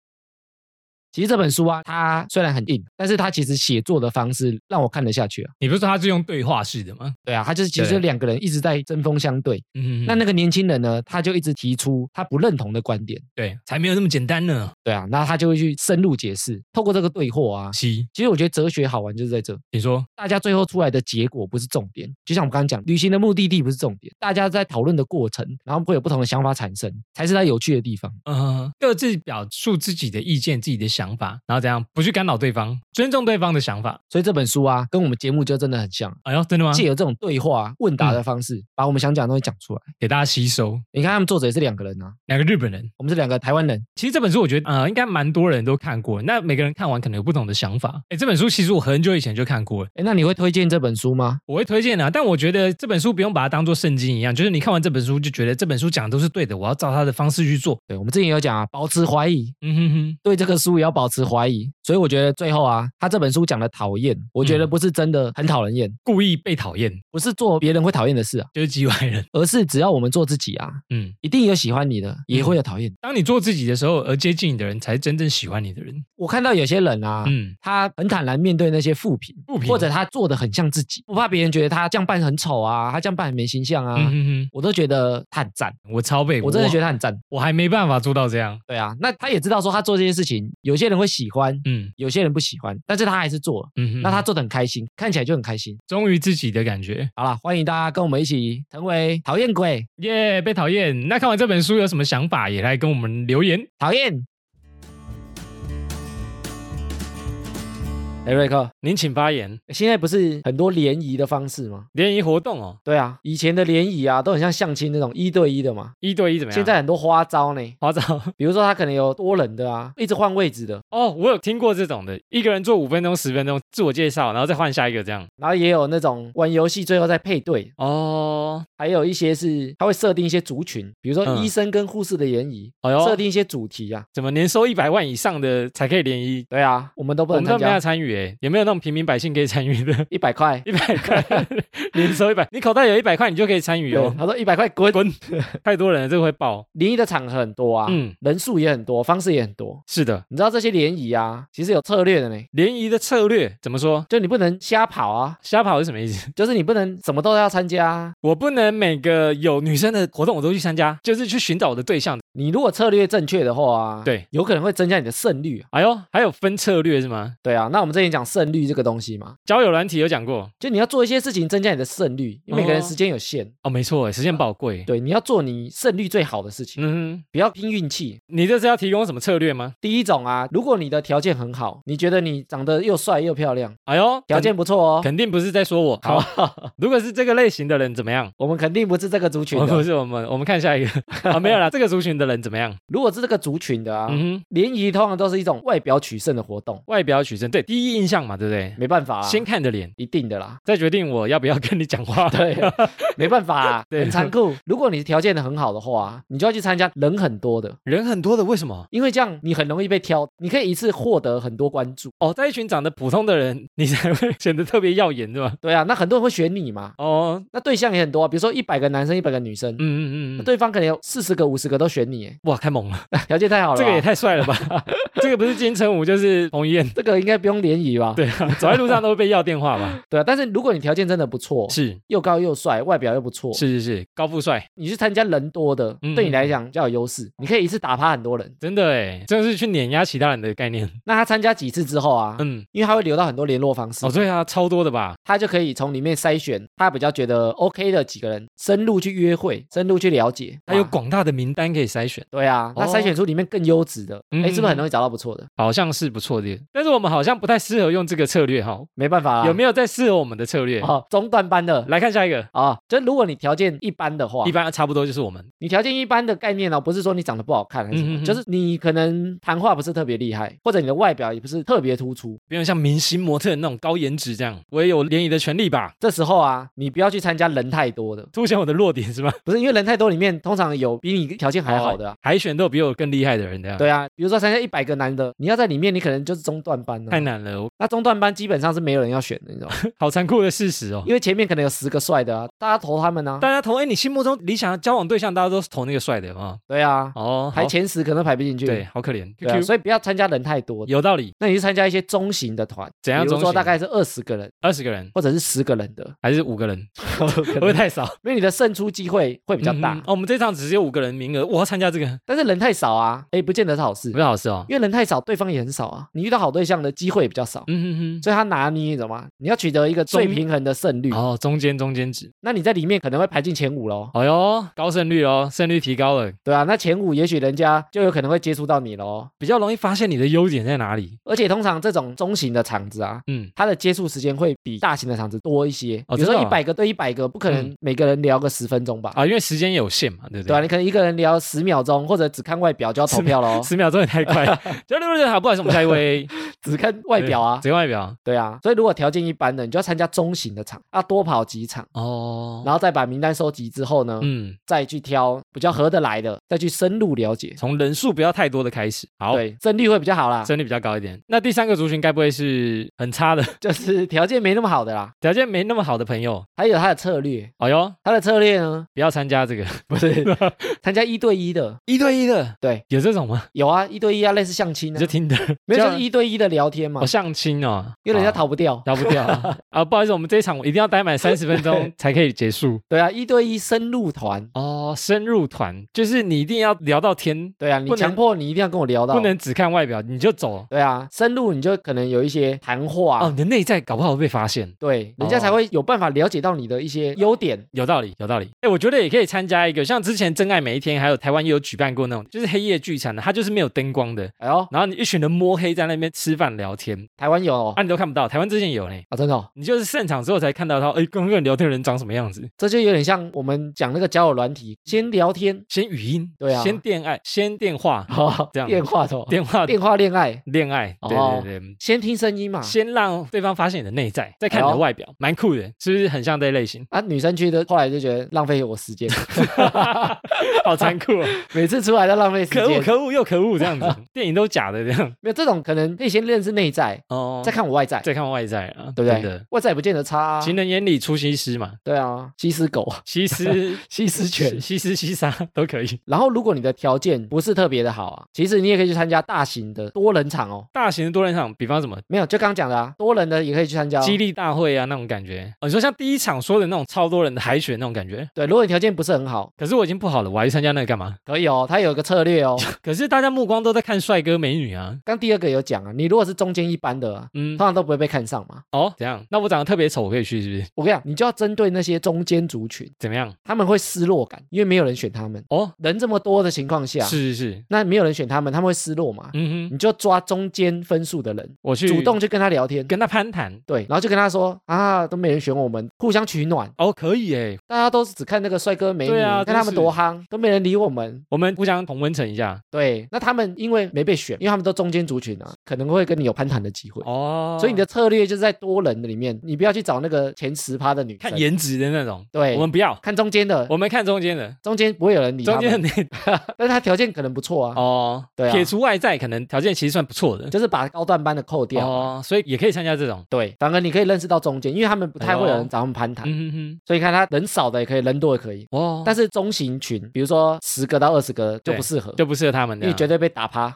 B: 其实这本书啊，它虽然很硬，但是它其实写作的方式让我看得下去啊。
A: 你不是说他是用对话式的吗？
B: 对啊，它就是其实
A: 对
B: 就两个人一直在针锋相对。
A: 嗯哼哼
B: 那那个年轻人呢，他就一直提出他不认同的观点。
A: 对，才没有那么简单呢。
B: 对啊，那他就会去深入解释，透过这个对话啊。
A: 七，
B: 其实我觉得哲学好玩就是在这，
A: 你说，
B: 大家最后出来的结果不是重点，就像我们刚刚讲，旅行的目的地不是重点，大家在讨论的过程，然后会有不同的想法产生，才是它有趣的地方。
A: 呃，各自表述自己的意见、自己的想法，然后怎样不去干扰对方，尊重对方的想法。
B: 所以这本书啊，跟我们节目就真的很像，
A: 哎呦，真的
C: 啊
A: 吗？
B: 借由这种对话、问
C: 嗯
B: 答的方式，把我们想讲的东西讲出来。
A: 给大家吸收。
B: 你看他们作者也是两个人啊，
A: 两个日本人，
B: 我们是两个台湾人，
A: 其实这本书我觉得，呃，应该蛮多人都看过。那每个人看完可能有不同的想法。哎，这本书其实我很久以前就看过了，
B: 哎，那你会推荐这本书吗？
A: 我会推荐啊。但我觉得这本书不用把它当做圣经一样，就是你看完这本书就觉得这本书讲的都是对的，我要照他的方式去做。
B: 对我们之前有讲啊，保持怀疑，
A: 嗯哼哼，
B: 对这个书也要保持怀疑。所以我觉得最后啊，他这本书讲的讨厌，我觉得
C: 嗯
B: 不是真的很讨人厌，
C: 故意被讨厌，
B: 不是做别人会讨厌的事啊，
C: 就是局外人。
B: 而是只要我们做自己啊，
C: 嗯，
B: 一定有喜欢你的，也会有讨厌你。
C: 当你做自己的时候，而接近你的人才是真正喜欢你的人。
B: 我看到有些人啊，
C: 嗯，
B: 他很坦然面对那些负评，
C: 不平
B: 或者他做的很像自己，不怕别人觉得他这样扮很丑啊，他这样扮很没形象啊，
C: 嗯哼
B: 我都觉得他很赞，
C: 哼，我超佩服，
B: 我真的觉
C: 得
B: 得他很赞。
C: 我还没办法做到这样。
B: 对啊，那他也知道说他做这些事情，有些人会喜欢，
C: 嗯
B: 有些人不喜欢，但是他还是做了。
C: 嗯哼，
B: 那他做的很开心，看起来就很开心。
C: 忠于自己的感觉，
B: 好啦，欢迎大家跟我们一起成为讨厌鬼，
C: 耶、被讨厌。那看完这本书有什么想法，也来跟我们留言。
B: 讨厌。哎，瑞克，
A: 您请发言。
B: 现在不是很多联谊的方式吗？
A: 联谊活动哦，
B: 对啊，以前的联谊啊，都很像相亲那种一对一的嘛。
A: 一对啊一怎么样？
B: 现在很多花招呢，
A: 花招
B: 比如说他可能有多人的啊，一直换位置的，
A: 哦，我有听过这种的，一个人做五分钟、十分钟自我介绍，然后再换下一个这样。
B: 然后也有那种玩游戏最后再配对，
A: 哦，
B: 还有一些是他会设定一些族群，比如说
A: 嗯
B: 医生跟护士的联谊，
A: 哎
B: 设
A: 呦，
B: 定一些主题啊。
A: 怎么年收一百万以上的才可以联谊？
B: 对啊，我们都不
A: 我
B: 能
A: 们都
B: 参
A: 没有
B: 加，
A: 参与诶，有没有那种平民百姓可以参与的？
B: 一百块。
A: 一百块，年收一百， 你口袋有一百块，你就可以参与
B: 对
A: 哦，。
B: 他说一百块滚滚。
A: 太多人了，这个会爆。
B: 联谊的场合很多啊，
A: 嗯，
B: 人数也很多，方式也很多。
A: 是的，
B: 你知道这些联谊啊，其实有策略的呢，
A: 联谊的策略怎么说？
B: 就你不能瞎跑啊，
A: 瞎跑是什么意思？
B: 就是你不能什么都要参加、啊。
A: 我不能每个有女生的活动我都去参加，就是去寻找我的对象。
B: 你如果策略正确的话啊，
A: 对，
B: 有可能会增加你的胜率啊。
A: 哎呦，还有分策略是吗？
B: 对啊，那我们之前讲胜率这个东西嘛，
A: 交友软体有讲过
B: 就你要做一些事情增加你的胜率，因为每个人
A: 哦
B: 时间有限，
A: 哦，没错，时间宝贵。
B: 对，你要做你胜率最好的事情，
A: 嗯哼，
B: 不要拼运气。
A: 你这是要提供什么策略吗？
B: 第一种啊，如果你的条件很好，你觉得你长得又帅又漂亮，
A: 哎呦，
B: 条件不错
A: 肯
B: 哦，
A: 肯定不是在说我。好，如果是这个类型的人怎么样？
B: 我们肯定不是这个族群
A: 我不
B: 的。啊
A: 是我们，我们看下一 个啊，没有啦，这个族群的人怎么样？
B: 如果是这个族群的啊，
A: 嗯哼，
B: 联谊通常都是一种外表取胜的活动，
A: 外表取胜，对，第一印象嘛，对不对？
B: 没办法、啊，
A: 先看你的脸，
B: 一定的啦。
A: 再决定我要不要跟你讲 话。
B: 对， 没办法、啊，
A: 对
B: 很残酷。如果你条件很好的话啊，你就要去参加人很多的，
A: 人很多的，为什么？
B: 因为这样你很容易被挑，你可以一次获得很多关注。
A: 哦，在一群长得普通的人，你才会显得特别耀眼，对吧？
B: 对啊，那很多人会选你嘛，
A: 哦，
B: 那对象也很多啊，比如说一百个男生，一百个女生，
A: 嗯嗯嗯
B: 那
A: 嗯，
B: 对方可能有四十个、五十个都选你耶，
A: 哇，太猛了，
B: 条件太好了吧。
A: 这个也太帅了吧！ 这个不是金城武就是彭于晏，
B: 这个应该不用联谊吧？
A: 对啊，走在路上都会被要电话吧？
B: 对啊，但是如果你条件真的不错，
A: 是
B: 又高又帅，外表又不错，
A: 是是是，高富帅，
B: 你去参加人多的，
A: 嗯
B: 对你来讲比较有优势，你可以一次打趴很多人。
A: 真的哎，这是去碾压其他人的概 念。
B: 那他参加几次之后啊，
A: 嗯，
B: 因为他会留到很多联络方式
A: 哦，，对啊，超多的吧？
B: 他就可以从里面筛选他比较觉得 OK 的几个人，深入去约会，深入去了解。
A: 还有
B: 哇
A: 广大的名单可以筛选，
B: 对啊，那
A: 哦
B: 筛选出里面更优质的，
A: 嗯
B: 哎，是不是很容易找到不错的？
A: 好像是不错的。但是我们好像不太适合用这个策略哈，
B: 没办法啦，啊
A: 有没有在适合我们的策略？
B: 哦，中段班的。
A: 来看下一个，
B: 啊，就如果你条件一般的话
A: 一，般差不多就是我们。
B: 你条件一般的概念呢、哦不是说你长得不好看还是什
A: 嗯
B: 么，
A: 嗯嗯
B: 就是你可能谈话不是特别厉害，或者你的外表也不是特别突出。
A: 不用像明星模特那种高颜值这样，我也有联谊的权利吧？
B: 这时候啊，你不要去参加人太多的，
A: 凸显我的弱点是 吧？
B: 不是因为人太多里面通常有比你条件还好的、啊。
A: 海选都有比我更厉害的人的，，
B: 对啊，比如说参加一百个男的，你要在里面，你可能就是中段班了、
A: 太难了，我
B: 那中段班基本上是没有人要选的，你知 道吗？
A: 好残酷的事实哦。
B: 因为前面可能有十个帅的啊，大家投他们啊。
A: 大家投哎，你心目中理想的交往对象，大家都是投那个帅的啊。
B: 对啊，
A: 哦，
B: 排
A: 好
B: 前十可能排不进去。
A: 对，好可怜
B: 对啊，
A: ，QQ
B: 所以不要参加人太多的。
A: 有道理。
B: 那你去参加一些中型的团，
A: 怎样
B: 比
A: 中
B: 如
A: 型？
B: 说大概是二十个人
A: 二十个人
B: 或者是十个人 的，
A: 还是五个人？会
B: 因
A: 不会太少？
B: 为你的胜出机会会比较大
A: 嗯。哦，我们这场只有五个人名额，我要参加这个，
B: 但是人太少啊，哎，不见得是好事
A: 不，是好事哦。
B: 因为人太少，对方也很少啊，你遇到好对象的机会也比较少，
A: 嗯哼
B: 所以他拿捏，你懂吗？你要取得一个最平衡的胜率
A: 哼，，哦，中间中间值，
B: 那你在里面可能会排进前五喽，
A: 哎呦，高胜率哦，胜率提高了，
B: 对啊，那前五也许人家就有可能会接触到你喽。
A: 比较容易发现你的优点在哪里。
B: 而且通常这种中型的场子啊，
A: 嗯，
B: 它的接触时间会比大型的场子多一些。
A: 哦
B: 比
A: 真
B: 如说
A: 的
B: 一
A: 哦
B: 百个对一百个，不可能每个人聊个十分钟吧？
A: 啊，因为时间有限嘛，对不
B: 对啊，
A: 对？
B: 你可能一个人聊十秒钟，或者只看外表就要投票喽。
A: 十秒钟也太快了。交流热好，不好意思，我们下一位
B: 只看外表啊。
A: 谁外表？
B: 对啊，所以如果条件一般的，你就要参加中型的场，要多跑几场，
A: 哦，
B: 然后再把名单收集之后呢，
A: 嗯，
B: 再去挑比较合得来的，再去深入了解，
A: 从人数不要太多的开始，好，
B: 对，胜率会比较好啦。
A: 胜率比较高一点。那第三个族群该不会是很差的，
B: 就是条件没那么好的啦，
A: 条件没那么好的朋友？
B: 还有他的策略，
A: 哎呦，
B: 他的策略 呢，
A: 不要参加这个
B: 不是参加一对一的，
A: 一对一的，
B: 对，
A: 有这种吗？
B: 有啊，一对一啊，类似相亲
A: 你
B: 啊
A: 就，听的，
B: 没有
A: 叫
B: 就是一对一的聊天嘛
A: 哦，，相亲哦，
B: 因为人家
A: 好
B: 逃不掉。
A: 逃不掉啊啊！不好意思，我们这一场我一定要待满三十分钟才可以结束。
B: 对啊，一对一深入团，
A: 哦，深入团就是你一定要聊到天，
B: 对啊，你
A: 不能
B: 强迫你一定要跟我聊到，
A: 不能只看外表你就走。
B: 对啊，深入你就可能有一些谈
A: 哦，
B: 话，啊
A: 你的内在搞不好会被发现。
B: 对，人家才
A: 哦
B: 会有办法了解到你的一些优点。
A: 有道理，有道理。哎，我觉得也可以参加一个，像之前《真爱每一天》，还有台湾也有举办过那种，就是黑夜聚餐的，它就是没有灯光的，
B: 哎呦，
A: 然后你一群人摸黑在那边吃饭聊天，
B: 台湾有哦
A: 啊，你都看不到。台湾之前有嘞，
B: 啊，真的哦，
A: 你就是散场之后才看到他，哎，跟那个聊天的人长什么样子，
B: 这就有点像我们讲那个交友软体，先聊天，
A: 先语音，
B: 对啊
A: 先电爱，先电话，
B: 哦
A: 这样
B: 电话头，
A: 电话
B: 电话恋爱，
A: 恋爱，对
B: 哦啊
A: 对对。
B: 先听声音嘛。
A: 先让对方发现你的内在，再看你
B: 哎
A: 的
B: 呦？
A: 外表，蛮酷的，是不是很像这类型
B: 啊，女生去的，后来就觉得浪费我时间，
A: 好残酷、哦，
B: 每次出来都浪费时
A: 可恶
B: 间。
A: 可恶又可恶，这 样子，电影都假的这样。
B: 没有这种可能，可以先认识内在，
A: 哦，
B: 再看我外在，
A: 再看外在啊，
B: 对不
A: 真
B: 对
A: 的？，
B: 外在也不见得差啊。
A: 情人眼里出西施 嘛，
B: 对啊，吸食狗，
A: 西施
B: 吸食犬。
A: 西施西沙都可以。
B: 然后，如果你的条件不是特别的好啊，其实你也可以去参加大型的多人场哦。
A: 大型的多人场，比方什么
B: 没有，就刚刚讲的啊，多人的也可以去参加、哦。
A: 激励大会啊那种感觉、哦，你说像第一场说的那种超多人的海选那种感觉。
B: 对，如果你条件不是很好，
A: 可是我已经不好了，我还去参加那个干嘛？
B: 可以哦，它有一个策略 哦。
A: 可是大家目光都在看帅哥美女啊，
B: 刚第二个有讲啊，你如果是中间一般的、啊，
A: 嗯
B: 通，常都不会被看上嘛。
A: 哦，怎样？那我长得特别丑，我可以去是不是？
B: 我跟你讲，你就要针对那些中间族群，
A: 怎么样？
B: 他们会失落感，因为没有人选他们。
A: 哦，
B: 人这么多的情况下，
A: 是是是，
B: 那没有人选他们，他们会失落嘛？
A: 嗯哼，
B: 你就抓中间分数的人，
A: 我去
B: 主动去跟他聊天，
A: 跟他攀谈。
B: 对，然后就跟他说啊，都没人选我们，互相取暖，
A: 哦，可以诶，
B: 大家都是只看那个帅哥美女，
A: 对啊
B: 看他
A: 真
B: 们
A: 是
B: 多夯，都没人理我们。
A: 我们互相同温层一下。
B: 对，那他们因为没被选，因为他们都中间族群啊，可能会跟你有攀谈的机会。
A: 哦，
B: 所以你的策略就是在多人的里面，你不要去找那个前十趴的女生，
A: 看颜值的那种，
B: 对，
A: 我们不要，
B: 看中间的，
A: 我们看中间的，
B: 中间不会有人理他
A: 中
B: 们，
A: 间的那
B: 但是他条件可能不错啊，
A: 哦，
B: 对啊
A: 撇除外在，可能条件其实算不错的。
B: 就是把高段班的扣掉。
A: 哦，所以也可以参加这种。
B: 对，反而你可以认识到中间，因为他们不太会有人找他们攀谈，
A: 哎嗯哼
B: 所以看他人少的也可以，人多也可以。
A: 哼，哦，
B: 啊但
A: 是
B: 是中型群，比如说十个到二十个就
A: 对
B: 不适合，
A: 就不适合他们
B: 因
A: 这
B: 为
A: 样。
B: 绝对被 打趴。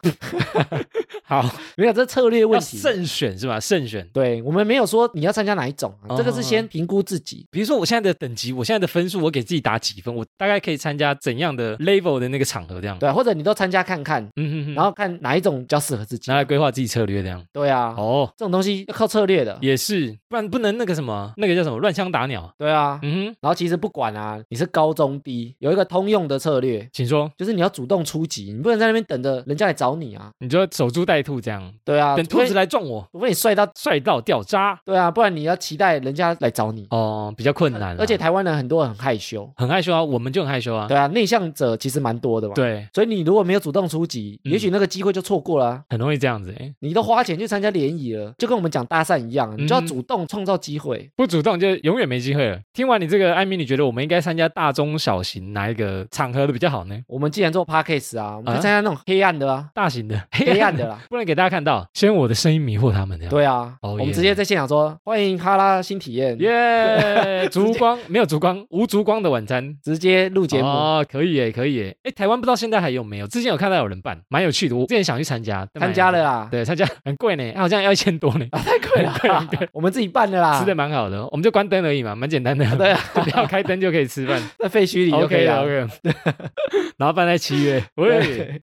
A: 好，
B: 没有，这策略问
A: 要
B: 题。
A: 慎选是吧？慎选。
B: 对我们没有说你要参加哪一种、啊，这
A: 哦
B: 个是先评估自己。
A: 比如说我现在的等级，我现在的分数，我给自己打几分，我大概可以参加怎样的 level 的那个场合这样。
B: 对，啊或者你都参加看看，
A: 嗯哼哼，
B: 然后看哪一种比较适合自己
A: 拿。来规划自己策略这样。
B: 对啊，
A: 哦，
B: 这种东西要靠策略的。
A: 也是，不然不能那个什么，那个叫什么乱枪打鸟。
B: 对啊，
A: 嗯哼，
B: 然后其实不管啊，你是高中低，有一个通用的策略，
A: 请说。
B: 就是你要主动出击，你不能在那边等着人家来找你啊。
A: 你就守株待兔这样，
B: 对啊，
A: 等
B: 除非
A: 兔子，来撞我，
B: 除非你帅到，
A: 帅到掉渣。
B: 对啊，不然你要期待人家来找你。
A: 哦，比较困难啊，
B: 而且台湾人很多人很害羞，
A: 很害羞啊，我们就很害羞啊。
B: 对啊，内向者其实蛮多的嘛。，
A: 对，
B: 所以你如果没有主动出击，
A: 嗯
B: 也许那个机会就错过了啊、
A: 很容易这样子、欸，
B: 你都花钱去参加联谊了，就跟我们讲搭讪一样，你就要
A: 嗯
B: 主动创造机会。
A: 不主动就永远没机会了。听完你这个，艾米，你觉得我们应该参加大中小型哪一个场合的比较好呢？
B: 我们既然做 podcast 啊，我们
A: 啊
B: 就参加那种黑暗 的啊，
A: 大型的，
B: 黑暗的，啊啦。
A: 不能给大家看到，先用我的声音迷惑他们这样。，
B: 对啊，
A: 哦
B: 我
A: 耶
B: 们直接在现场说欢迎哈拉新体验，
A: 耶、烛光没有烛光，无烛光的晚餐。
B: 直接录节目。
A: 哦，可以耶，可以耶。哎，台湾不知道现在还有没有？之前有看到有人办，蛮有趣的。我之前想去参加，但
B: 参加
A: 蛮
B: 了啦，
A: 对，参加 很贵呢，啊好像要一千多 呢，
B: 太贵了啦， 我们自己办的啦
A: 吃，的蛮好的，我们就关灯而已嘛，蛮简单的，
B: 对啊，
A: 就不 要开灯就可以吃饭
B: 在废墟里就可以啊
A: ，OK 的
B: 了。
A: OK 的。然后办在七月，喂
B: 对。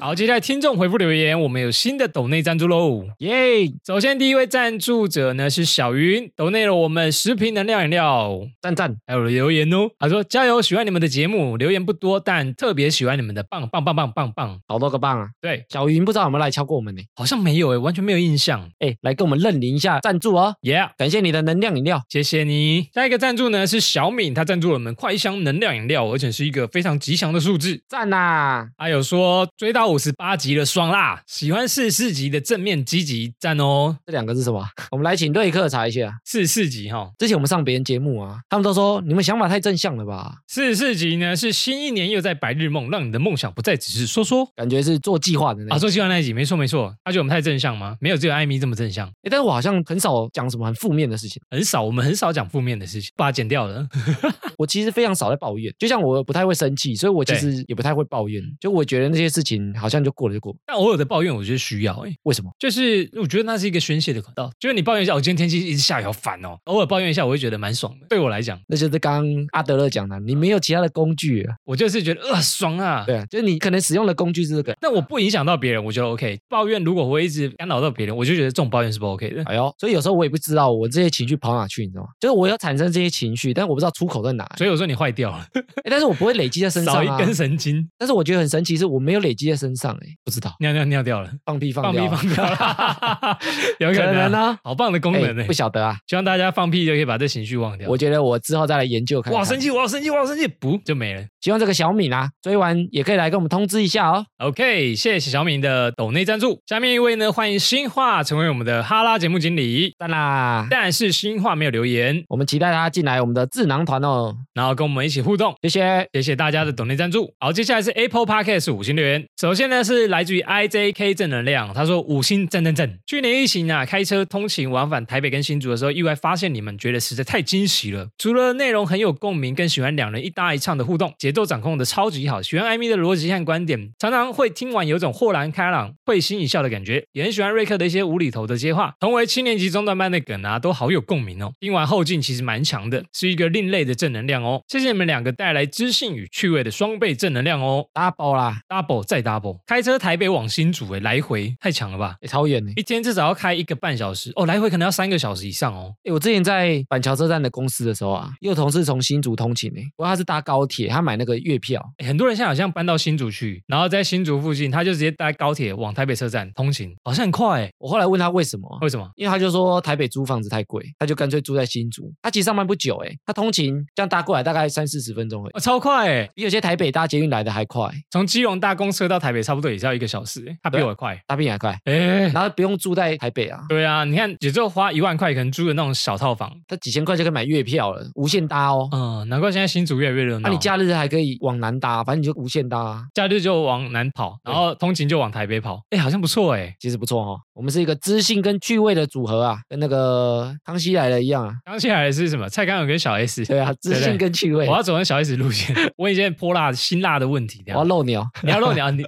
A: 好，接下来听众回复留言，我们有新的抖内赞助喽。
B: 耶，
A: 首先，第一位赞助者呢是小云，抖内了我们十瓶能量饮料，
B: 赞赞，
A: 还有留言哦。他说：“加油，喜欢你们的节目，留言不多，但特别喜欢你们的棒棒棒棒棒棒。
B: 好多个棒啊！”
A: 对，
B: 小云不知道有没有来敲过我们呢？
A: 好像没有诶，完全没有印象。
B: 哎，来跟我们认领一下赞助哦，
A: Yeah，
B: 感谢你的能量饮料。
A: 谢谢你。下一个赞助呢是小敏，她赞助了我们快箱能量饮料，而且是一个非常吉祥的数字。
B: 赞呐、
A: 还有说追到五十八集了，爽啦！喜欢四十四集的正面积极赞哦，
B: 这两个是什么？ 我们来请瑞克查一下。
A: 四十四集哈、
B: 之前我们上别人节目啊，他们都说你们想法太正向了吧，
A: 四十四集呢是新一年又在白日梦，让你的梦想不再只是说说。
B: 感觉是做计划的那
A: 啊，
B: 种。
A: 说喜欢那一集，没错没错。他觉得我们太正向吗？没有，只有艾米这么正向，
B: 哎、但是我好像很少讲什么很负面的事情，
A: 很少，我们很少讲负面的事情，把它剪掉了。
B: 我其实非常少在抱怨，就像我不太会生气，所以我其
A: 对
B: 实也不太会抱怨，就我觉得那些事情好像就过了就过了，
A: 但偶尔的抱怨，我觉得需要、欸，
B: 为什么？
A: 就是我觉得那是一个宣泄的管道。就是你抱怨一下，哦我、今天天气一直下雨，好烦哦。偶尔抱怨一下，我会觉得蛮爽的。对我来讲，
B: 那就是刚刚阿德勒讲的，你没有其他的工具啊，
A: 我就是觉得呃爽啊。
B: 对啊，就是你可能使用的工具是这个。
A: 但我不影响到别人，我觉得 OK。抱怨如果我会一直干扰到别人，我就觉得这种抱怨是不 OK 的。
B: 哎呦，所以有时候我也不知道我这些情绪跑哪去，你知道吗？就是我要产生这些情绪，但我不知道出口在哪。
A: 所以我说你坏掉了，
B: 哎，但是我不会累积在身上、
A: 少
B: 啊、
A: 一根神经，
B: 但是我觉得很神奇，是我没有累积在身上、欸，哎，不知道
A: 尿尿尿掉了，
B: 放屁放
A: 放
B: 掉
A: 屁
B: 啊，
A: 放掉了， 有可
B: 可能
A: 能啊，
B: 呢、
A: 好棒的功能呢、
B: 哎不晓得啊。
A: 希望大家放屁就可以把这情绪忘掉。
B: 我觉得我之后再来研究看看。
A: 哇，生气，我要生气，我要生气，不就没了。
B: 希望这个小敏啊，追完也可以来跟我们通知一下哦。
A: OK，谢谢小敏的抖内赞助。下面一位呢，欢迎新化成为我们的哈拉节目经理，
B: 赞啦！
A: 但是新化没有留言，
B: 我们期待他进来我们的智囊团哦，
A: 然后跟我们一起互动。
B: 谢谢。
A: 谢谢大家的抖内赞助。好，接下来是 Apple Podcast 五星留言。首先呢是来自于 IJK 正能量，他说五星赞赞赞。去年疫情啊，开车通勤往返台北跟新竹的时候，意外发现你们，觉得实在太惊喜了。除了内容很有共鸣，更喜欢两人一搭一唱的互动，节奏掌控的超级好，喜欢艾米的逻辑和观点，常常会听完有种豁然开朗、会心一笑的感觉。也很喜欢瑞克的一些无厘头的接话，同为七年级中段班的梗啊，都好有共鸣哦。听完后劲其实蛮强的，是一个另类的正能量哦。谢谢你们两个带来知性与趣味的双倍正能量哦
B: 大包啦，
A: ，double 再 double。开车台北往新竹诶，欸来回太强了吧！
B: 也超远呢。
A: 一天至少要开一个半小时哦，来回可能要三个小时以上哦。
B: 欸我之前在板桥车站的公司的时候啊，也有同事从新竹通勤呢、不过他是搭高铁，他买那个月票，
A: 欸诶很多人现在好像搬到新竹去，然后在新竹附近，他就直接搭高铁往台北车站通勤，好像很快诶。
B: 我后来问他为什么啊，
A: 为什么？
B: 因为他就说台北租房子太贵，他就干脆住在新竹。他其实上班不久哎、他通勤这样搭过来大概三四十分钟而已
A: 哦，，超快诶，
B: 比有些台北搭捷运来的还快，
A: 从基隆搭公车到台北差不多也是要一个小时诶，他比我快。
B: 搭便还快。
A: 诶。
B: 然后不用住在台北啊，
A: 对啊，你看，也就花一万块，可能租的那种小套房。
B: 他几千块就可以买月票了，无限搭哦。
A: 嗯，难怪现在新竹越来越热闹。
B: 啊那、你假日还可以往南搭，反正你就无限搭、啊，
A: 假日就往南跑，然后通勤就往台北跑，哎，好像不错哎。
B: 其实不错哦。我们是一个知性跟趣味的组合啊，跟那个康熙来了一样啊。
A: 刚起来的是什么？蔡康永跟小 S。
B: 对啊，知性跟趣味。
A: 我
B: 我
A: 要走上小 S 路线，问一些泼辣、辛辣的问题。这
B: 要
A: 样，
B: 露鸟，
A: 你要露鸟，你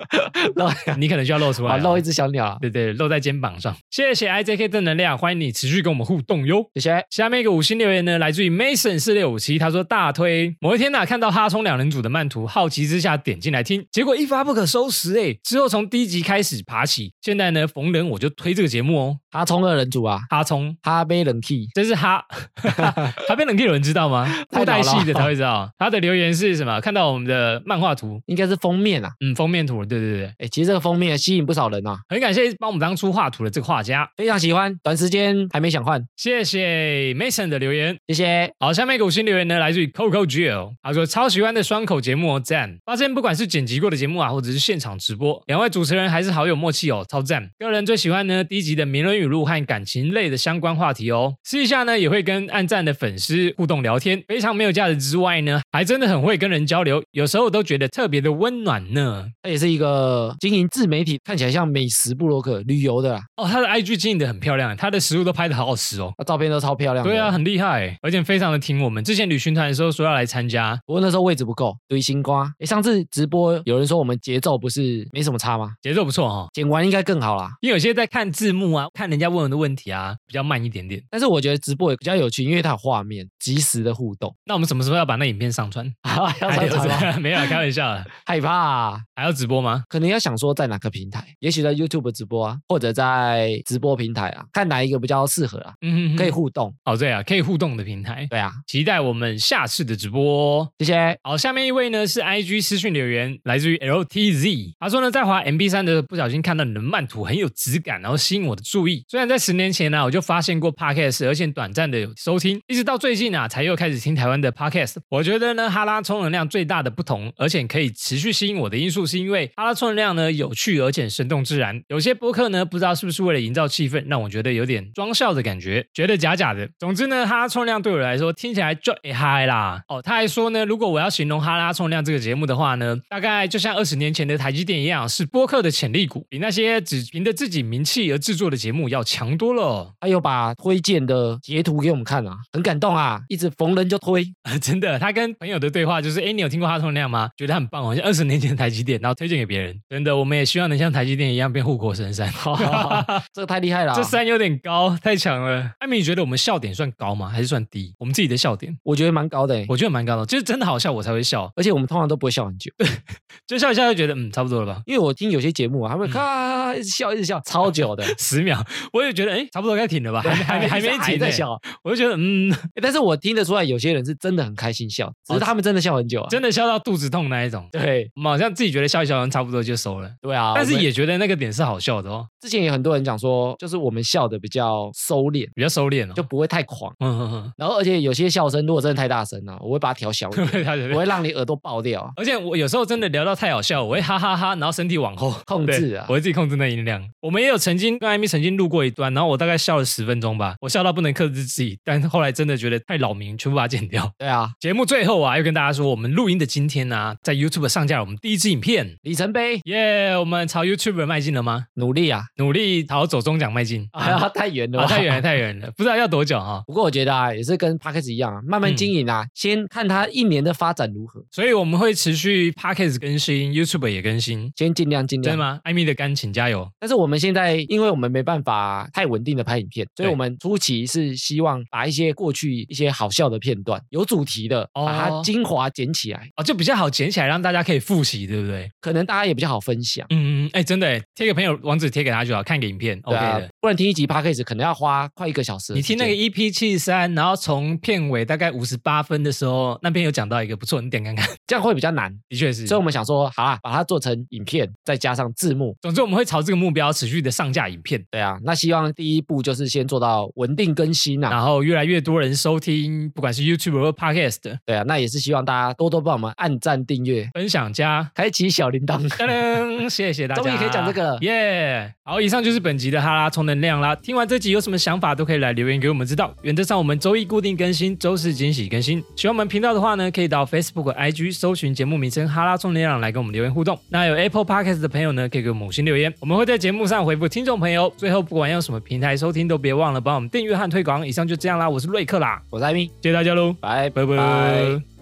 B: 露
A: 你可能就要露出
B: 我
A: 来
B: 要
A: 了，
B: 露一只小鸟啊。
A: 对对，露在肩膀上。谢谢 IJK 正能量，欢迎你持续跟我们互动哟。
B: 谢谢。
A: 下面一个五星留言呢，来自于 Mason 四六五七，他说大推某一天呐、看到哈冲两人组的漫图，好奇之下点进来听，结果一发不可收拾哎、之后从第一集开始爬起，现在呢逢人我就推这个节目哦。
B: 哈冲二人组啊，
A: 哈冲，
B: 哈杯冷气，
A: 这是哈 哈边冷气有人知道吗？ 附
B: 太老了
A: 带系的才会知道。他的留言是什么？看到我们的漫画图，
B: 应该是封面啊。
A: 嗯，封面图，对对对，
B: 哎，其实这个封面吸引不少人啊。
A: 很感谢帮我们当初画图的这个画家，
B: 非常喜欢，短时间还没想换，
A: 谢谢 Mason 的留言。
B: 谢谢。
A: 好，下面一个五星留言呢，来自于 Coco Jill，他说超喜欢的双口节目哦，赞！发现不管是剪辑过的节目啊，或者是现场直播，两位主持人还是好有默契哦，超赞！个人最喜欢呢第一集的名人语录和感情类的相关话题哦，私底下呢也会跟暗赞的粉丝互动聊天，非常没有价值之外呢，还真的很会跟人交流，有时候都觉得特别的温暖呢。
B: 他也是一个经营自媒体，看起来像美食部落客、旅游的啦，
A: 哦，他的 IG 经营的很漂亮，他的食物都拍的好好吃哦。
B: 那照片都超漂亮的。
A: 对啊，，很厉害，而且非常的挺我们。之前旅行团的时候说要来参加，
B: 不过那时候位置不够，堆新瓜。哎，上次直播有人说我们节奏不是没什么差吗？
A: 节奏不错哈、哦。
B: 剪完应该更好啦。
A: 因为有些在看字幕啊，看人家问的问题啊，比较慢一点点。
B: 但是我觉得直播也比较有趣，因为它有画面，及时的互动。
A: 那我们什么时候要把那影片上传？
B: 要上传吗？
A: 没有啦，开玩笑了。
B: 害怕、啊，
A: 还要直播吗？
B: 可能要想说在哪个平台，也许在 YouTube 直播啊，或者在直播平台啊，看哪一个比较适合啊，
A: 嗯
B: 可以互动。
A: 哦，对啊，可以互动的平台。
B: 对啊，
A: 期待我们下次的直播、哦。
B: 谢谢。
A: 好，下面一位呢是 IG 私讯留言，来自于 LTZ，他说呢，在滑 MB 三的不小心看到你的漫图很有质感，然后吸引我的注意。虽然在十年前呢、我就发现过 Podcast，而且短暂的有收听，一直到最近啊才又开始听台湾的 Podcast。我觉得呢，哈拉充能量最大的不同，而且可以持续吸引我的因素，是因为哈拉充能量呢有趣而且生动自然。有些播客呢，不知道是不是为了营造气氛，让我觉得有点装笑的感觉，觉得假假的。总之呢，哈拉充能量对我来说听起来就会嗨啦。哦，他还说呢，如果我要形容哈拉充能量这个节目的话呢，大概就像二十年前的台积电一样，是播客的潜力股，比那些只凭着自己名气而制作的节目要强多了哦。
B: 他有把推荐的截图给我们看啊，很感动啊，一直逢人就推。
A: 真的，他跟朋友的对话就是，哎，你有听过哈通量吗？觉得很棒哦，好像二十年前的台积电，然后推荐给别人。真的，我们也希望能像台积电一样变护国神山。
B: 这个太厉害了啊、
A: 这山有点高，太强了。艾米，你觉得我们笑点算高吗？还是算低？我们自己的笑点，
B: 我觉得蛮高的、欸，
A: 我觉得蛮高的，就是真的好笑我才会笑，
B: 而且我们通常都不会笑很久，
A: 就笑一笑就觉得嗯，差不多了吧。。
B: 因为我听有些节目啊，他们咔一直笑一直笑，超久的
A: 十秒，我也觉得哎，差不多该停了吧，还没还没还没
B: 还
A: 停
B: 在
A: 呢，
B: 笑，
A: 我就觉得嗯，
B: 欸但是我听得出来，有些人是真的很开心笑，只是他们真的笑很久啊。
A: 哦真的笑到肚子痛那一种。
B: 对
A: 我们好像自己觉得笑一笑，差不多就收了，
B: 对啊，
A: 但
B: 我
A: 是
B: 们
A: 也觉得那个点是好笑的哦，
B: 之前也很多人讲说，就是我们笑的比较收敛，
A: 比较收敛哦。
B: 就不会太狂。
A: 嗯嗯嗯。
B: 然后而且有些笑声如果真的太大声了、啊我会把它调小 一点，
A: 对他 觉
B: 我
A: 得。
B: 会让你耳朵爆掉啊。
A: 而且我有时候真的聊到太好笑，我会哈哈哈然后身体往后
B: 控制
A: 对
B: 啊
A: 我会自己控制那音量。我们也有曾经跟艾米曾经录过一段，然后我大概笑了十分钟吧，我笑到不能克制自己，但后来真的觉得太扰民，全部把它剪掉。
B: 对啊，
A: 节目最后啊，又跟大家说，我们录音的今天呢、啊，在 YouTube 上架了我们第一支影片，
B: 里程碑，
A: 耶、我们朝 YouTube 迈进了吗？
B: 努力啊！
A: 努力朝走中奖迈 进啊！
B: 啊，太远了吧、
A: 啊太远了，太远了，不知道要多久啊！
B: 不过我觉得啊，也是跟 p a c k a g e 一样啊，慢慢经营
A: 嗯
B: 啊，先看它一年的发展如何，
A: 所以我们会持续 Podcast 更新，YouTube 也更新，
B: 先尽量尽
A: 真
B: 量。
A: 的
B: 嘛。
A: 吗？艾米的肝，请加油！
B: 但是我们现在，因为我们没办法太稳定的拍影片，所以
A: 对
B: 我们初期是希望把一些过去一些好笑的片段、有主题的，
A: 哦
B: 把它精华剪起来，
A: 哦，就比较好捡起来，让大家可以复习，对不对？
B: 可能大家也比较好分享。
A: 嗯，哎、真的哎，贴给朋友网址贴给他就好，看个影片
B: 对
A: ，OK
B: 啊
A: 的。，
B: 不然听一集 p a c k a g e 可能要花快一个小时的
A: 你
B: 时间。
A: 听那个 EP 七十三，然后从片尾大概五十八分的时候，那边有讲到一个不错，你点看看，
B: 这样会比较难，
A: 的确是。
B: 所以我们想说，好啦，把它做成影片，再加上字幕。
A: 总之我们会朝这个目标持续的上架影片，
B: 对啊，那希望第一步就是先做到稳定更新啊。
A: 然后越来越多人收听，不管是 YouTube 或 Podcast，
B: 对啊，那也是希望大家多多帮我们按赞、订阅、
A: 分享加。
B: 开启小铃 铛。
A: 噔噔，谢谢大家，
B: 终于可以讲这个了
A: 耶好，以上就是本集的哈拉充能量啦。听完这集有什么想法，都可以来留言给我们知道。原则上我们周一固定更新，周四惊喜更新。喜欢我们频道的话呢，可以到 Facebook、IG 搜寻节目名称“哈拉充能量”来跟我们留言互动。那有 Apple Podcast 的朋友呢，可以给我们五星留言，我们会在节目上回复听众朋友。最后，不管用什么平台收听，都别忘了帮我们订阅和推广。以上就这样啦，我是瑞克啦，
B: 我是艾米，
A: 谢谢大家喽，
B: 拜
A: 拜拜。